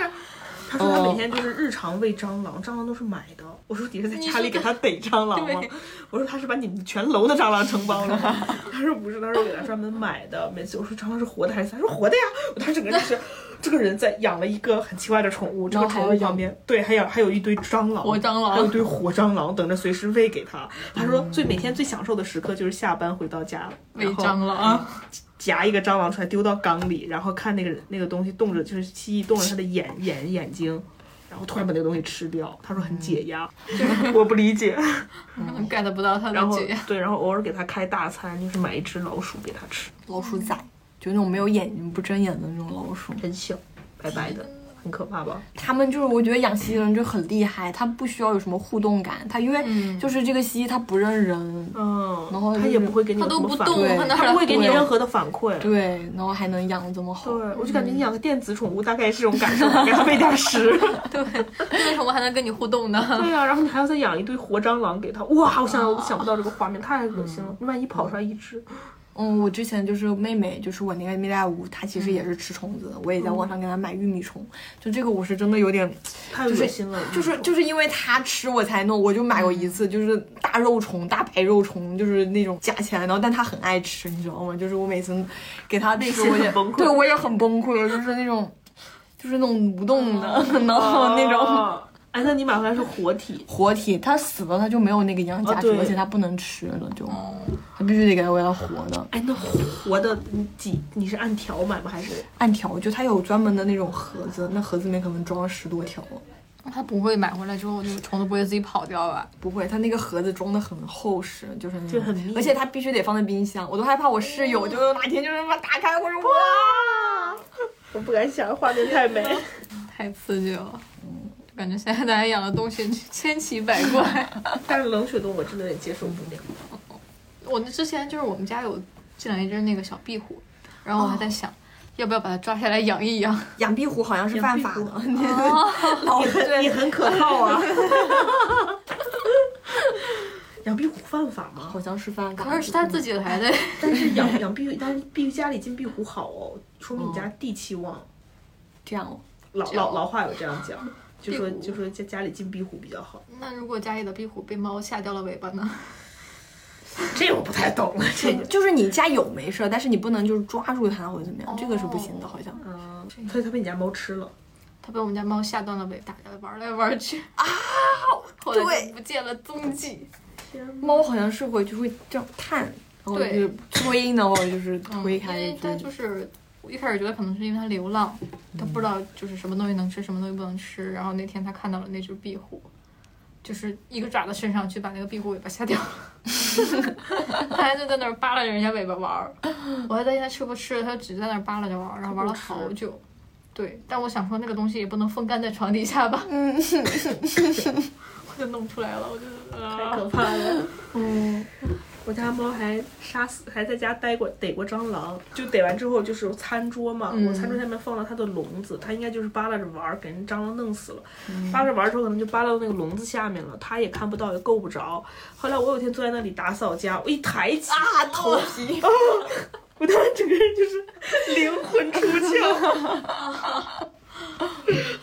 他说他每天就是日常喂蟑螂，蟑螂都是买的。我说你是在家里给他逮蟑螂吗
对？
我说他是把你们全楼的蟑螂承包了吗。他说不是，他说给他专门买的。每次我说蟑螂是活的还是死的？他说活的呀。我当时整个人就是，这个人在养了一个很奇怪的宠物，这
然
个
后还
宠
要
物
养
旁边对还养还有一堆蟑螂，
活蟑螂
还有一堆活蟑螂等着随时喂给他。他说最每天最享受的时刻就是下班回到家，
喂
然后
蟑螂，
夹一个蟑螂出来丢到缸里，然后看那个那个东西动着，就是蜥蜴动着它的眼眼眼睛，然后突然把那个东西吃掉。他说很解压， (laughs) 我不理解。
get 不到它
嗯
的
然后
解。
对，然后偶尔给它开大餐，就是买一只老鼠给它吃，
老鼠仔，就那种没有眼睛、不睁眼的那种老鼠。
很小，白白的，很可怕吧？
他们就是，我觉得养蜥蜴人就很厉害，它不需要有什么互动感，它因为
嗯
就是这个蜥蜴它不认人，
嗯，
然后
它
就是
也不会给你
它
有什
都
么
不
反
动
馈，，
它哪
它
来
(laughs) 不会给你
活
任
呀
何的反馈。
对，然后还能养得这么好
对，，我就感觉你养个电子宠物大概是这种感受，给它喂点食。
那为什么还能跟你互动呢？ (laughs)
嗯
对呀、然后你还要再养一堆活蟑螂给它，哇！我想我想不到这个画面，太恶心了。万一跑出来一只，
嗯，我之前就是妹妹，就是我那个蜜袋鼯，它其实也是吃虫子的，我也在网上给它买玉米虫，就这个我是真的有点
太恶心了。嗯
就是就是因为它吃我才弄，我就买过一次，就是大肉虫、大白肉虫，就是那种夹起来，然后但它很爱吃，你知道吗？就是我每次给它
内
吃，
心
我也
很崩溃
对我也很崩溃，就是那种就是那种蠕动的， (laughs) 然后那种
哦。哎，那你买回来是活体，
活体，它死了它就没有那个营养价值，
哦对
而且它不能吃了，就它必须得给它喂它活的。
哎，那活的你几？你是按条买吗？还
(laughs)
是
按条就它有专门的那种盒子，那盒子里面可能装了十多条。
它不会买回来之后，那个虫子不会自己跑掉吧？
不会，它那个盒子装的很厚实，就是那
就
种
很密
而且它必须得放在冰箱，我都害怕我室
嗯
友就是哪天就是把它打开，我说哇，
我不敢想，画面太美。
太刺激了。感觉现在大家养的东西千奇百怪。
(laughs)
(laughs)
但是冷血动物我真的有点接受不了。
我那之前就是我们家有进来一只那个小壁虎，然后我还在想，要不要把它抓下来养一养？
养壁虎好像是犯法的
养，
老
你很你
哦对，
很可靠啊。 (laughs) 养壁虎犯法吗？
(laughs) 好像是犯法的，
可是是它自己来的，
但是养养壁，但是壁家里进壁虎好哦，说明你家地气旺。
这样哦。
老
这样
老老话有这样讲，就说
壁虎
就说在家里进壁虎比较好。
(laughs) 那如果家里的壁虎被猫吓掉了尾巴呢？
这我不太懂了，这个。
就是你家有没事儿，但是你不能就是抓住它或者怎
哦
么样，这个是不行的，好像。
嗯，所以它被你家猫吃了。
啊它被我们家猫吓断了尾，打着玩来玩去。后来
对
就不见了踪迹。
猫好像是会就会这样探，然后就
对
是推呢，然后就是
嗯
推开
因
就
为它
追。
就是我一开始觉得可能是因为它流浪，它
嗯
不知道就是什么东西能吃，什么东西不能吃。然后那天它看到了那只壁虎，就是一个爪子伸上去把那个壁虎尾巴吓掉
(laughs)
了，它还就在那儿扒拉着人家尾巴玩儿。我还担心它吃不吃，它只在那儿扒拉着玩儿，然后玩了好久。对，但我想说那个东西也不能风干在床底下吧，(laughs)
嗯，(laughs)
我就弄出来了，我就
太
呃
(laughs) 可怕了！
嗯，
我家猫还杀死，还在家逮过逮过蟑螂，就逮完之后就是餐桌嘛，
嗯
我餐桌下面放了它的笼子，它应该就是扒拉着玩儿，给人蟑螂弄死了。扒拉着玩儿的时候，可能就扒拉到那个笼子下面了，它也看不到，也够不着。后来我有一天坐在那里打扫家，我一抬起，
啊，
哦
头皮，
我当时整个人就是灵魂出窍。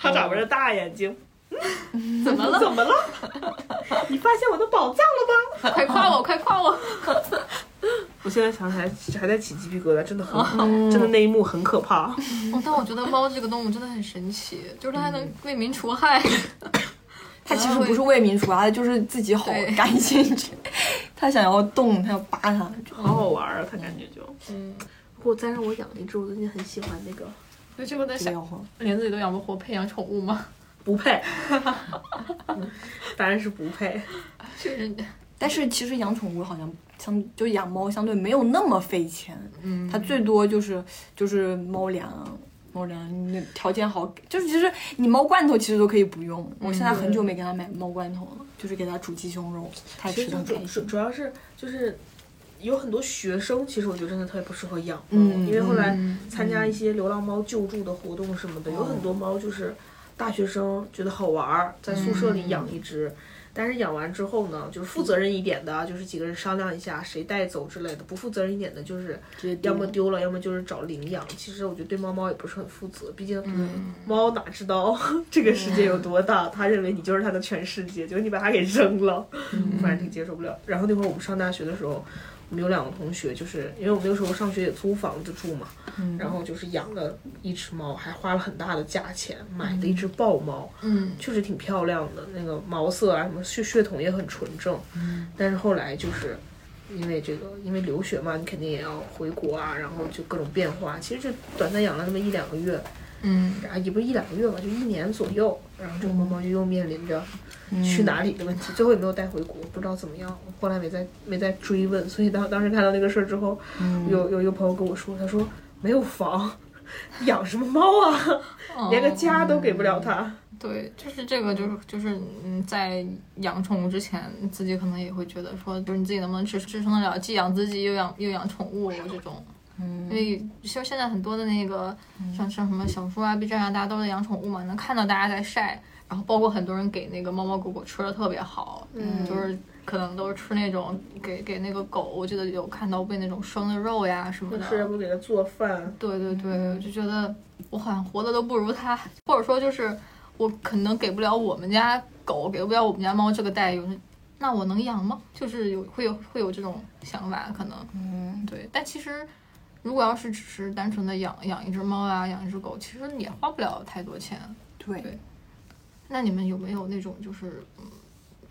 它眨巴着大眼睛，
怎么了？
嗯怎么了？ (laughs) 你发现我的宝藏了吧？
啊快夸我，快夸我！
我现在想起来还在起鸡皮疙瘩，真的很，
嗯
真的那一幕很可怕。
哦，但我觉得猫这个动物真的很神奇，就是它还能为民除害。
它其实不是为民除害，它就是自己好
对
干净。 (laughs) 它想要动，它要扒它，
好好玩儿啊，它感觉就。
(laughs) 嗯，
我再让我养一只，我最近很喜欢那个，
所以这个在
就这
想，
样晃。
连自己都养不活，配养宠物吗？
不配， (laughs) 答案是不配。
就是，
但是其实养宠物好像相就养猫相对没有那么费钱，
嗯，
它最多就是就是猫粮啊。猫粮，你条件好，就是其实你猫罐头其实都可以不用。我现在很久没给它买猫罐头了，就是给它煮鸡胸肉，它也
其
吃
实
的很
就
开
主主
心。
主要是就是有很多学生，其实我觉得真的特别不适合养猫，
嗯
因为后来
嗯
参加一些流浪猫救助的活动什么的，有很多猫就是大学生觉得好玩儿，在宿舍里养一只。但是养完之后呢，就是负责任一点的啊，就是几个人商量一下谁带走之类的；不负责任一点的，就是
直接丢
要么
了
丢了，要么就是找领养。其实我觉得对猫猫也不是很负责，毕
嗯
竟猫哪知道 (laughs) 这个世界有多大？它认为你就是它的全世界，结果你把它给扔了，反正挺接受不了。然后那会儿我们上大学的时候，我们有两个同学，就是因为我们那个时候上学也租房子住嘛，然后就是养了一只猫，还花了很大的价钱买的一只豹猫，
嗯，
确实挺漂亮的，那个毛色啊什么血血统也很纯正，但是后来就是。因为这个，因为留学嘛，你肯定也要回国啊，然后就各种变化。其实就短暂养了那么一两个月，
嗯，
啊，也不是一两个月吧，就一年左右。然后这个猫猫就又面临着去哪里的问题，最后也没有带回国，不知道怎么样。我后来没再没再追问，所以当当时看到那个事儿之后，有有一个朋友跟我说，他说没有房，养什么猫啊，
哦
连个家都给不了它。
对，就是这个，就是就是嗯，在养宠物之前，自己可能也会觉得说，就是你自己能不能支支撑得了，既养自己又养又养宠物这种。因为像现在很多的那个像像什么小说啊、B 站啊，大家都在养宠物嘛，能看到大家在晒，然后包括很多人给那个猫猫狗狗吃的特别好，嗯，就是可能都是吃那种给给那个狗，我记得有看到喂那种生的肉呀什么的，
是要不给它做饭，
对对对，我
嗯
就觉得我好像活的都不如它，或者说就是我可能给不了我们家狗，给不了我们家猫这个待遇，那我能养吗？就是有会有会有这种想法，可能
嗯，
对。但其实如果要是只是单纯的养养一只猫啊，养一只狗，其实也花不了太多钱。
对，
那你们有没有那种就是嗯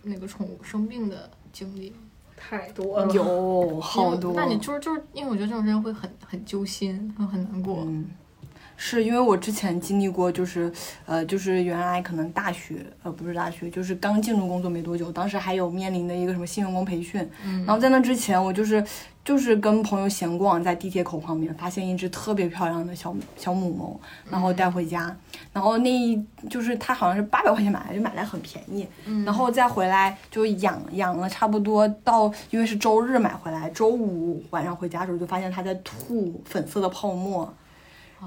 那个宠物生病的经历？
太多了。
有好
因为
多。
那你就是就是因为我觉得这种人会很很揪心，会很难过。
嗯，是因为我之前经历过，就是呃，就是原来可能大学呃不是大学，就是刚进入工作没多久，当时还有面临的一个什么新员工培训，
嗯
然后在那之前我就是就是跟朋友闲逛，在地铁口旁边发现一只特别漂亮的小小母猫，然后带回家，然后那一就是它好像是八百块钱买来，就买来很便宜，
嗯
然后再回来就养养了差不多到，因为是周日买回来，周五晚上回家的时候就发现它在吐粉色的泡沫，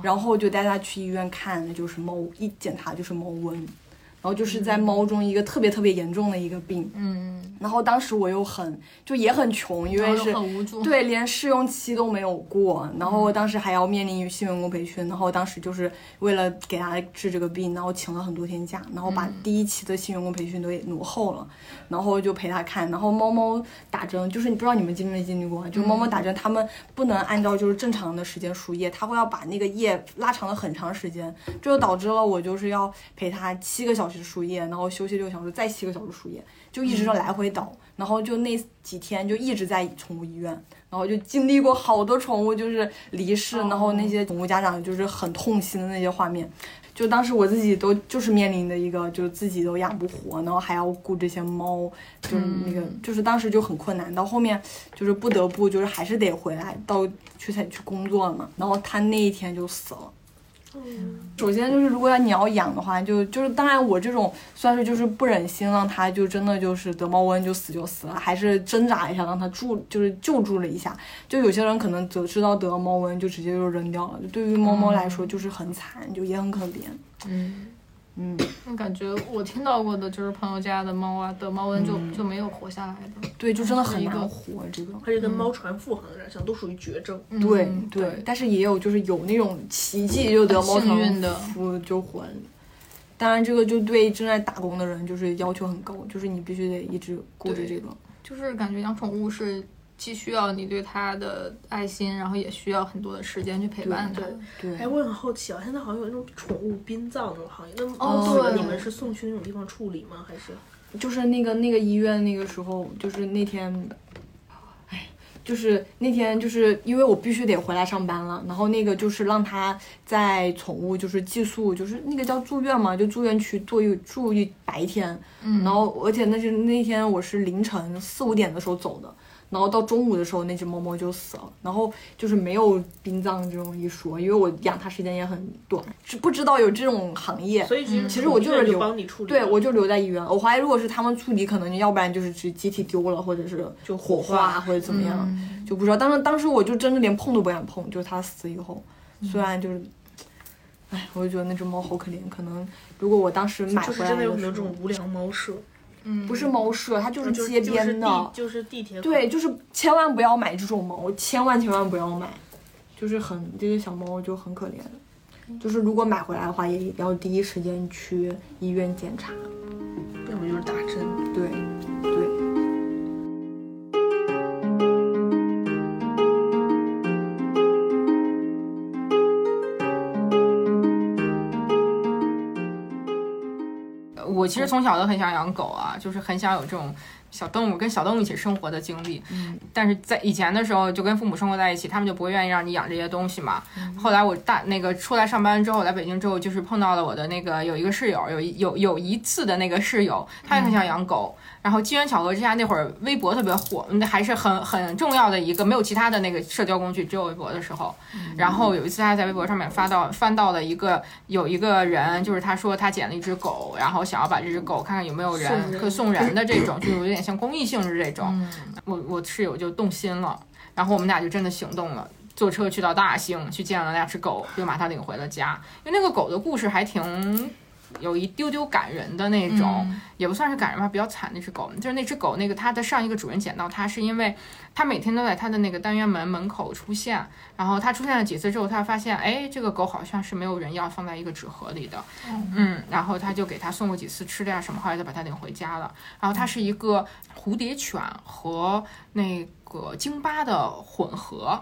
然后就带它去医院看，那就是猫，一检查就是猫瘟，然后就是在猫中一个特别特别严重的一个病。
嗯。
然后当时我又很就也很穷，因
然后
为
又
是
很无嗯助。
对，连试用期都没有过，然后当时还要面临新员工培训，然后当时就是为了给他治这个病，然后请了很多天假，然后把
嗯
第一期的新员工培训都也挪后了，然后就陪他看，然后猫猫打针，就是你不知道你们经历没经历过啊，就是猫猫打针，它们不能按照就是正常的时间输液，它会要把那个液拉长了很长时间，这就导致了我就是要陪它七个小时输液，然后休息六小时，再七个小时输液，就一直这来回倒，然后就那几天就一直在宠物医院，然后就经历过好多宠物就是离世，然后那些宠物家长就是很痛心的那些画面。就当时我自己都就是面临的一个，就是自己都养不活，然后还要顾这些猫，就是那个、就是当时就很困难。到后面就是不得不就是还是得回来到去才去工作了嘛。然后他那一天就死了。
嗯
首先就是，如果要你要养的话，就就是当然我这种算是就是不忍心让它就真的就是得猫瘟就死就死了，还是挣扎一下让它住就是救助了一下。就有些人可能得知道得猫瘟就直接就扔掉了，就对于猫猫来说就是很惨，就也很可怜。
嗯，
嗯，
我感觉我听到过的就是朋友家的猫啊，得猫瘟就、
嗯
就没有活下来的。
对，就真的很
是一个
难活这个。
而且跟猫传腹好像有点像，都属于绝症。
嗯
对
对，
但是也有就是有那种奇迹，就得猫
幸运
疼
的
夫就活了。当然，这个就对正在打工的人就是要求很高，就是你必须得一直顾着
对
这个。
就是感觉养宠物是既需要你对它的爱心，然后也需要很多的时间去陪伴它。
对，
哎，我很好奇啊，现在好像有那种宠物殡葬那种行业，那
哦
那
对
你们是送去那种地方处理吗？还是
就是那个那个医院那个时候，就是那天，哎，就是那天就是因为我必须得回来上班了，然后那个就是让他在宠物就是寄宿，就是那个叫住院嘛，就住院区住一住一白天，
嗯
然后而且那是那天我是凌晨四五点的时候走的。然后到中午的时候，那只猫猫就死了。然后就是没有殡葬这种一说，因为我养它时间也很短，是不知道有这种行业。
所以
嗯
其实我就是
就
有
帮你处理了，
对，我就留在医院。我怀疑，如果是他们处理，可能要不然就是集集体丢了，或者是
就
火
火化
化或者怎么样，
嗯
就不知道。当时当时我就真的连碰都不敢碰，就是他死以后，
嗯
虽然就是，哎，我就觉得那只猫好可怜。可能如果我当时买
就是
回来
真的
的
有很多这
时候
种无良猫舍，
嗯，
不是猫舍，它就是
就是
街边的，
就是地就是地铁口
对，就是千万不要买这种猫，千万千万不要买，就是很这些小猫就很可怜。
嗯
就是如果买回来的话，也一定要第一时间去医院检查。
要么就是打针。
对，对。
我其实从小都很想养狗啊，就是很想有这种小动物跟小动物一起生活的经历。
嗯
但是在以前的时候，就跟父母生活在一起，他们就不会愿意让你养这些东西嘛。后来我大那个出来上班之后，来北京之后，就是碰到了我的那个有一个室友，有一有有一次的那个室友，他也很想养狗。然后机缘巧合之下，那会儿微博特别火，那还是很很重要的一个，没有其他的那个社交工具，只有微博的时候。然后有一次他在微博上面发到翻到了一个有一个人，就是他说他捡了一只狗，然后想要把这只狗看看有没有人可以送人的这种，就是有点像公益性质这种。我我室友就动心了，然后我们俩就真的行动了。坐车去到大兴去见了那只狗，又把它领回了家。因为那个狗的故事还挺有一丢丢感人的
嗯
那种，也不算是感人吧，比较惨那只狗。就是那只狗，那个它的上一个主人捡到它，是因为它每天都在它的那个单元门门口出现，然后它出现了几次之后，它发现，哎，这个狗好像是没有人要，放在一个纸盒里的，
哦
嗯，然后它就给它送过几次吃的呀什么，后来就把它领回家了。然后它是一个蝴蝶犬和那个京巴的混合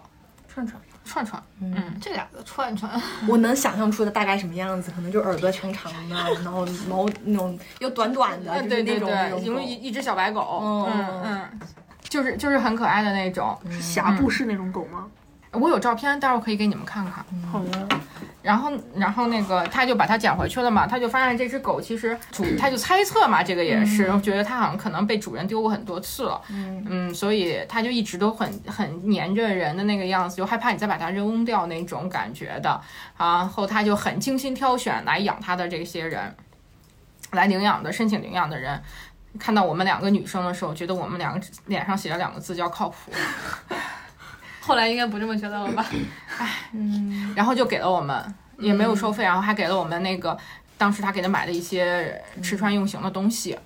串串，
串串，
嗯
嗯
这俩的串串，
我能想象出的大概什么样子，可能就耳朵长长的，然后毛那种又短短的，啊就是
(laughs) 呃对
那
对
种那
对，因为一
种狗。
一只小白狗，
哦
嗯嗯，就是就是很可爱的那种。
是
嗯
峡布式那种狗吗？
我有照片，待会儿可以给你们看看。
好呀，
然后，然后那个他就把它捡回去了嘛，他就发现这只狗其实主，他就猜测嘛，这个也是，
嗯
觉得它好像可能被主人丢过很多次了，嗯所以他就一直都很很粘着人的那个样子，就害怕你再把它扔掉那种感觉的。然后他就很精心挑选来养它的这些人，来领养的申请领养的人。看到我们两个女生的时候，觉得我们两个脸上写了两个字叫靠谱，
(laughs) 后来应该不这么觉得了吧？
然后就给了我们，也没有收费，然后还给了我们那个当时他给他买的一些吃穿用行的东西。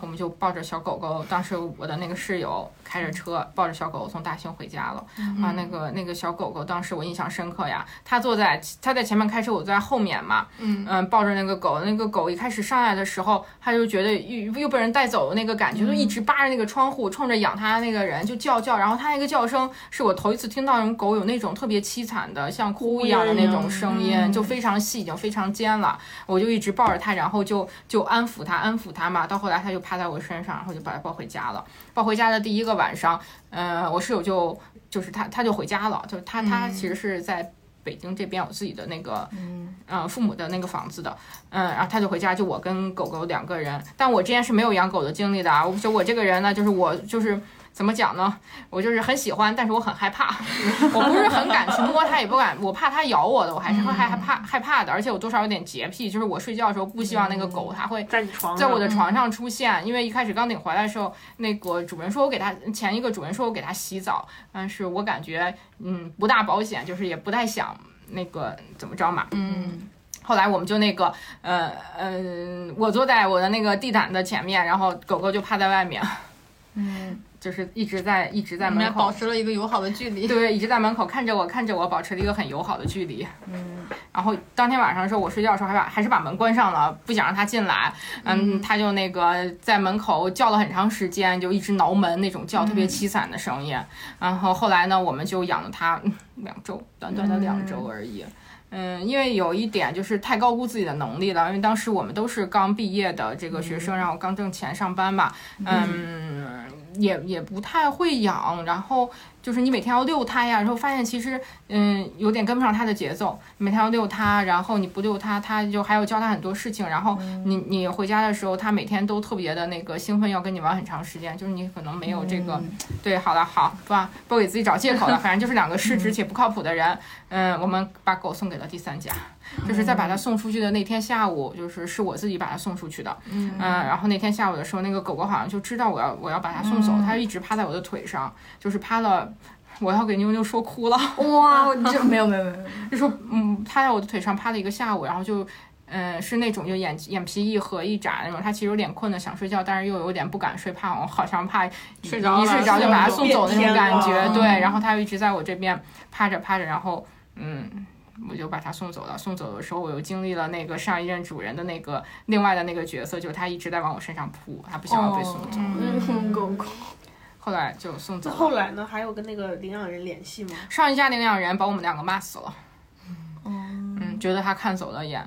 我们就抱着小狗狗，当时我的那个室友开着车抱着小狗狗从大兴回家了、啊，那个那个小狗狗当时我印象深刻呀，它坐在它在前面开车，我坐在后面嘛，
嗯
嗯，抱着那个狗，那个狗一开始上来的时候，它就觉得又又被人带走的那个感觉，就一直扒着那个窗户，冲着养它那个人就叫叫，然后它那个叫声是我头一次听到那种狗有那种特别凄惨的，像哭一样的那种声音，
嗯
就非常细，已经非常尖了。我就一直抱着它，然后就就安抚它，安抚它嘛。到后来它就趴在我身上，然后就把它抱回家了。抱回家的第一个晚上，呃，我室友就就是他他就回家了，就是他他其实是在北京这边有自己的那个
嗯
呃父母的那个房子的，嗯，然后他就回家，就我跟狗狗两个人。但我之前是没有养狗的经历的啊，我就我这个人呢，就是我就是怎么讲呢，我就是很喜欢，但是我很害怕， (laughs) 我不是很敢去摸它，也不敢，我怕它咬我的，我还是会害害怕害怕的，而且我多少有点洁癖，就是我睡觉的时候不希望那个狗它会
在你床
在
上，
我的床上出现，因为一开始刚领回来的时候，那个主人说我给他前一个主人说我给他洗澡，但是我感觉嗯不大保险，就是也不太想那个怎么着嘛，
嗯
后来我们就那个，呃嗯、我坐在我的那个地毯的前面，然后狗狗就趴在外面， (laughs)
嗯，
就是一直在一直在
我们俩
门
保
口，
持了一个友好的距离。
(laughs) 对，一直在门口看着我，看着我，保持了一个很友好的距离。
嗯
然后当天晚上的时候，我睡觉的时候还把还是把门关上了，不想让它进来。嗯，它就那个在门口叫了很长时间，就一直挠门那种叫，特别
嗯
凄惨的声音。然后后来呢，我们就养了它嗯两周，短短的两周而已。嗯，因为有一点就是太高估自己的能力了，因为当时我们都是刚毕业的这个学生，然后刚挣钱上班嘛，嗯，也也不太会养，然后就是你每天要遛它呀，然后发现其实嗯有点跟不上它的节奏，每天要遛它，然后你不遛它，它就还要教它很多事情，然后你你回家的时候，它每天都特别的那个兴奋，要跟你玩很长时间，就是你可能没有这个。对，好了，好，不不给自己找借口了，反正就是两个失职且不靠谱的人。嗯，我们把狗送给了第三家，就是在把它送出去的那天下午，就是是我自己把它送出去的。
嗯
然后那天下午的时候，那个狗狗好像就知道我要我要把它送走，它一直趴在我的腿上，就是趴了。我要给妞妞说哭了，
嗯
哦
哇，就没有没有
(laughs)
没有，
就说嗯，趴在我的腿上趴了一个下午，然后就，嗯，是那种就眼眼皮一合一眨那种，它其实有点困的想睡觉，但是又有点不敢睡，怕我好像怕
睡着了，
一睡着就把它
送
送走那种感
变
觉
天，了
对，然后它又一直在我这边趴着趴着，然后嗯。我就把它送走了。送走的时候，我又经历了那个上一任主人的那个另外的那个角色，就是它一直在往我身上扑，它不想
哦
要被送走。
嗯，狗狗，
后来就送走
哦那后
了。
来呢？还有跟那个领养人联系吗？
上一家领养人把我们两个骂死了。嗯，觉得他看走了眼。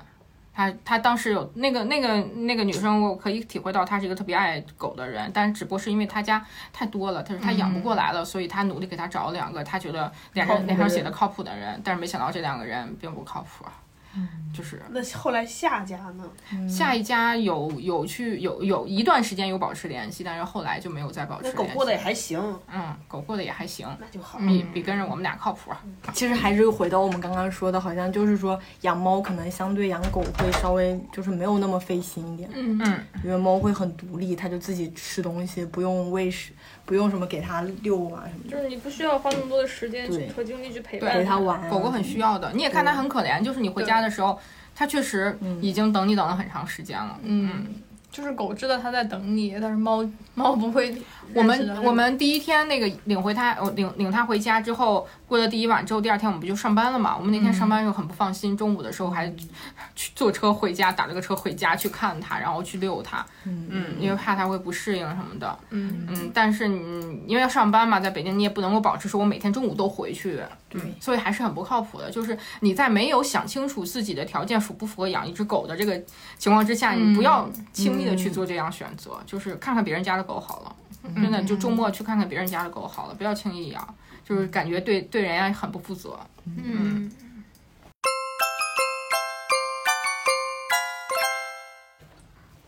他他当时有那个那个那个女生，我可以体会到她是一个特别爱狗的人，但只不过是因为她家太多了，她说她养不过来了，所以她努力给她找了两个她觉得脸
嗯靠谱
上
的
脸上写
人
的靠谱的人，但是没想到这两个人并不靠谱。嗯，就是
那后来下家呢？
下一家有有去有有一段时间有保持联系，但是后来就没有再保持
那
联系。
狗过得也嗯还行，
嗯，狗过得也还行，
那就好。
比比跟着我们俩靠谱。
其实还是回到我们刚刚说的，好像就是说养猫可能相对养狗会稍微就是没有那么费心一点，
嗯，
因为猫会很独立，它就自己吃东西，不用喂食，不用什么给它遛啊什么
就是你不需要花那么多的时间
对
和精力去陪
的，
伴
陪它。玩啊。
狗狗很需要的，你也看它很可怜，就是你回家的时候，它确实已经等你等了很长时间了。
嗯，就是狗知道它在等你，但是猫猫不会认识到它。
我们我们第一天那个领回它，我领领它回家之后，过了第一晚之后，第二天我们不就上班了嘛？我们那天上班的时候很不放心，中午的时候还去去坐车回家，打了个车回家去看它，然后去遛它，嗯，因为怕它会不适应什么的，
嗯
嗯，但是你因为要上班嘛，在北京你也不能够保持说我每天中午都回去，
对
嗯，所以还是很不靠谱的。就是你在没有想清楚自己的条件符不符合养一只狗的这个情况之下，
嗯
你不要轻易的去做这样选择，就是看看别人家的狗好了，真的就
嗯
周末去看看别人家的狗好了，不要轻易养，就是感觉对对人家很不负责。
嗯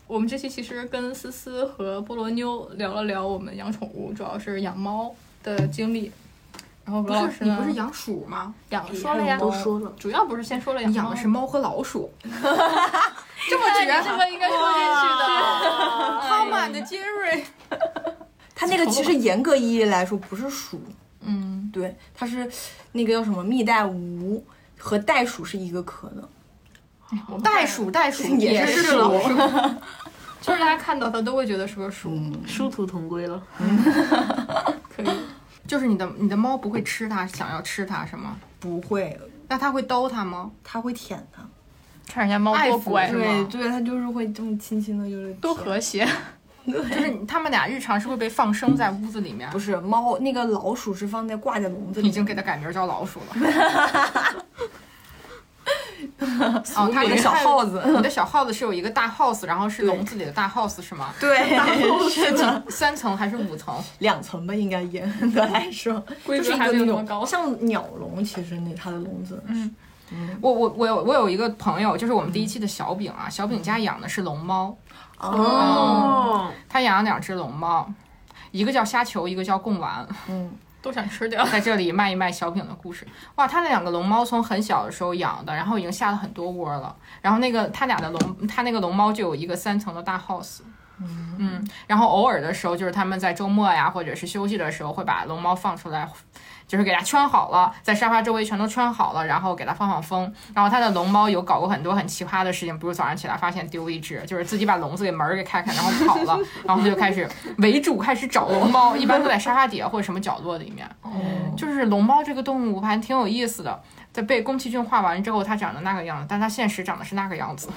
我们这期其实跟思思和菠萝妞聊了聊我们养宠物，主要是养猫的经历。然后罗老师呢？
养鼠吗？
养说了呀，
都说了，
主要不是先说了
你
养
养
猫
的是猫和老鼠，
这么直，这么应该说进去的。
胖满的杰
(laughs)
瑞。
它那个其实严格意义来说不是鼠，
嗯，
对，它是那个叫什么蜜袋鼯和袋鼠是一个科的。
我们
袋鼠，袋鼠
也
是
是鼠
老鼠。
就是大家看到它都会觉得是个鼠。
嗯
殊途同归了。
可以，
就是你的你的猫不会吃它，想要吃它是吗？
不会，
那它会兜它吗？
它会舔它。
看人家猫
爱
多
抚
乖
是，吗
对对，它就是会这么轻轻的，就是
多
舔
和 (laughs) 谐。
就是你它们俩日常是会被放生在屋子里面
不，是猫，那个老鼠是放在挂在笼子里，
已经给它改名叫老鼠
(laughs)
了。哦，它
有一个小耗子。
你的小耗子是有一个大 house，然后是笼子里的大 house 是吗？
对，
是几三层还是五层？
两层吧，应该严格来说，
规
就是
格
一
还
个
没有
那
那么
种
高。
像鸟笼，其实那它的笼子，嗯
我我我有我有一个朋友，就是我们第一期的小饼啊，小饼家养的是龙猫，
哦，
他养了两只龙猫，一个叫虾球，一个叫贡丸。
嗯，
都想吃掉。
在这里卖一卖小饼的故事。哇，他那两个龙猫从很小的时候养的，然后已经下了很多窝了。然后那个他俩的龙，他那个龙猫就有一个三层的大 house。嗯，然后偶尔的时候，就是他们在周末呀，或者是休息的时候，会把龙猫放出来，就是给它圈好了，在沙发周围全都圈好了，然后给它放放风。然后他的龙猫有搞过很多很奇葩的事情，比如早上起来发现丢一只，就是自己把笼子给门儿给开开，然后跑了，然后我们就开始围住，开始找龙猫，一般都在沙发底下或者什么角落里面。
哦
就是龙猫这个动物还挺有意思的，在被宫崎骏画完之后，它长得那个样子，但它现实长得是那个样子，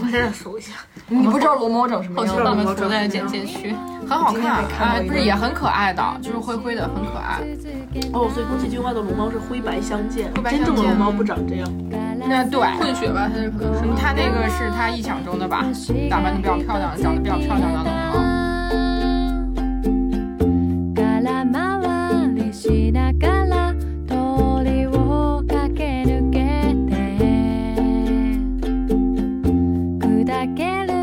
我在这数一下，
你不知道龙猫长什么
后期
样
放
吗？
个图在简介区。
很
我
好看啊
今天还看
啊
到，一个
不是也很可爱的，就是灰灰的，很可爱。
哦，所以宫崎骏画的龙猫是灰白相间，
灰白
真正
相
的
间
龙猫不长这样。
那对，嗯
混血吧，它是可
嗯
能
它那个是它臆想中的吧，打扮的比较漂亮，长得比较漂亮的龙猫。
空回りしながら通りを駆け抜けて砕ける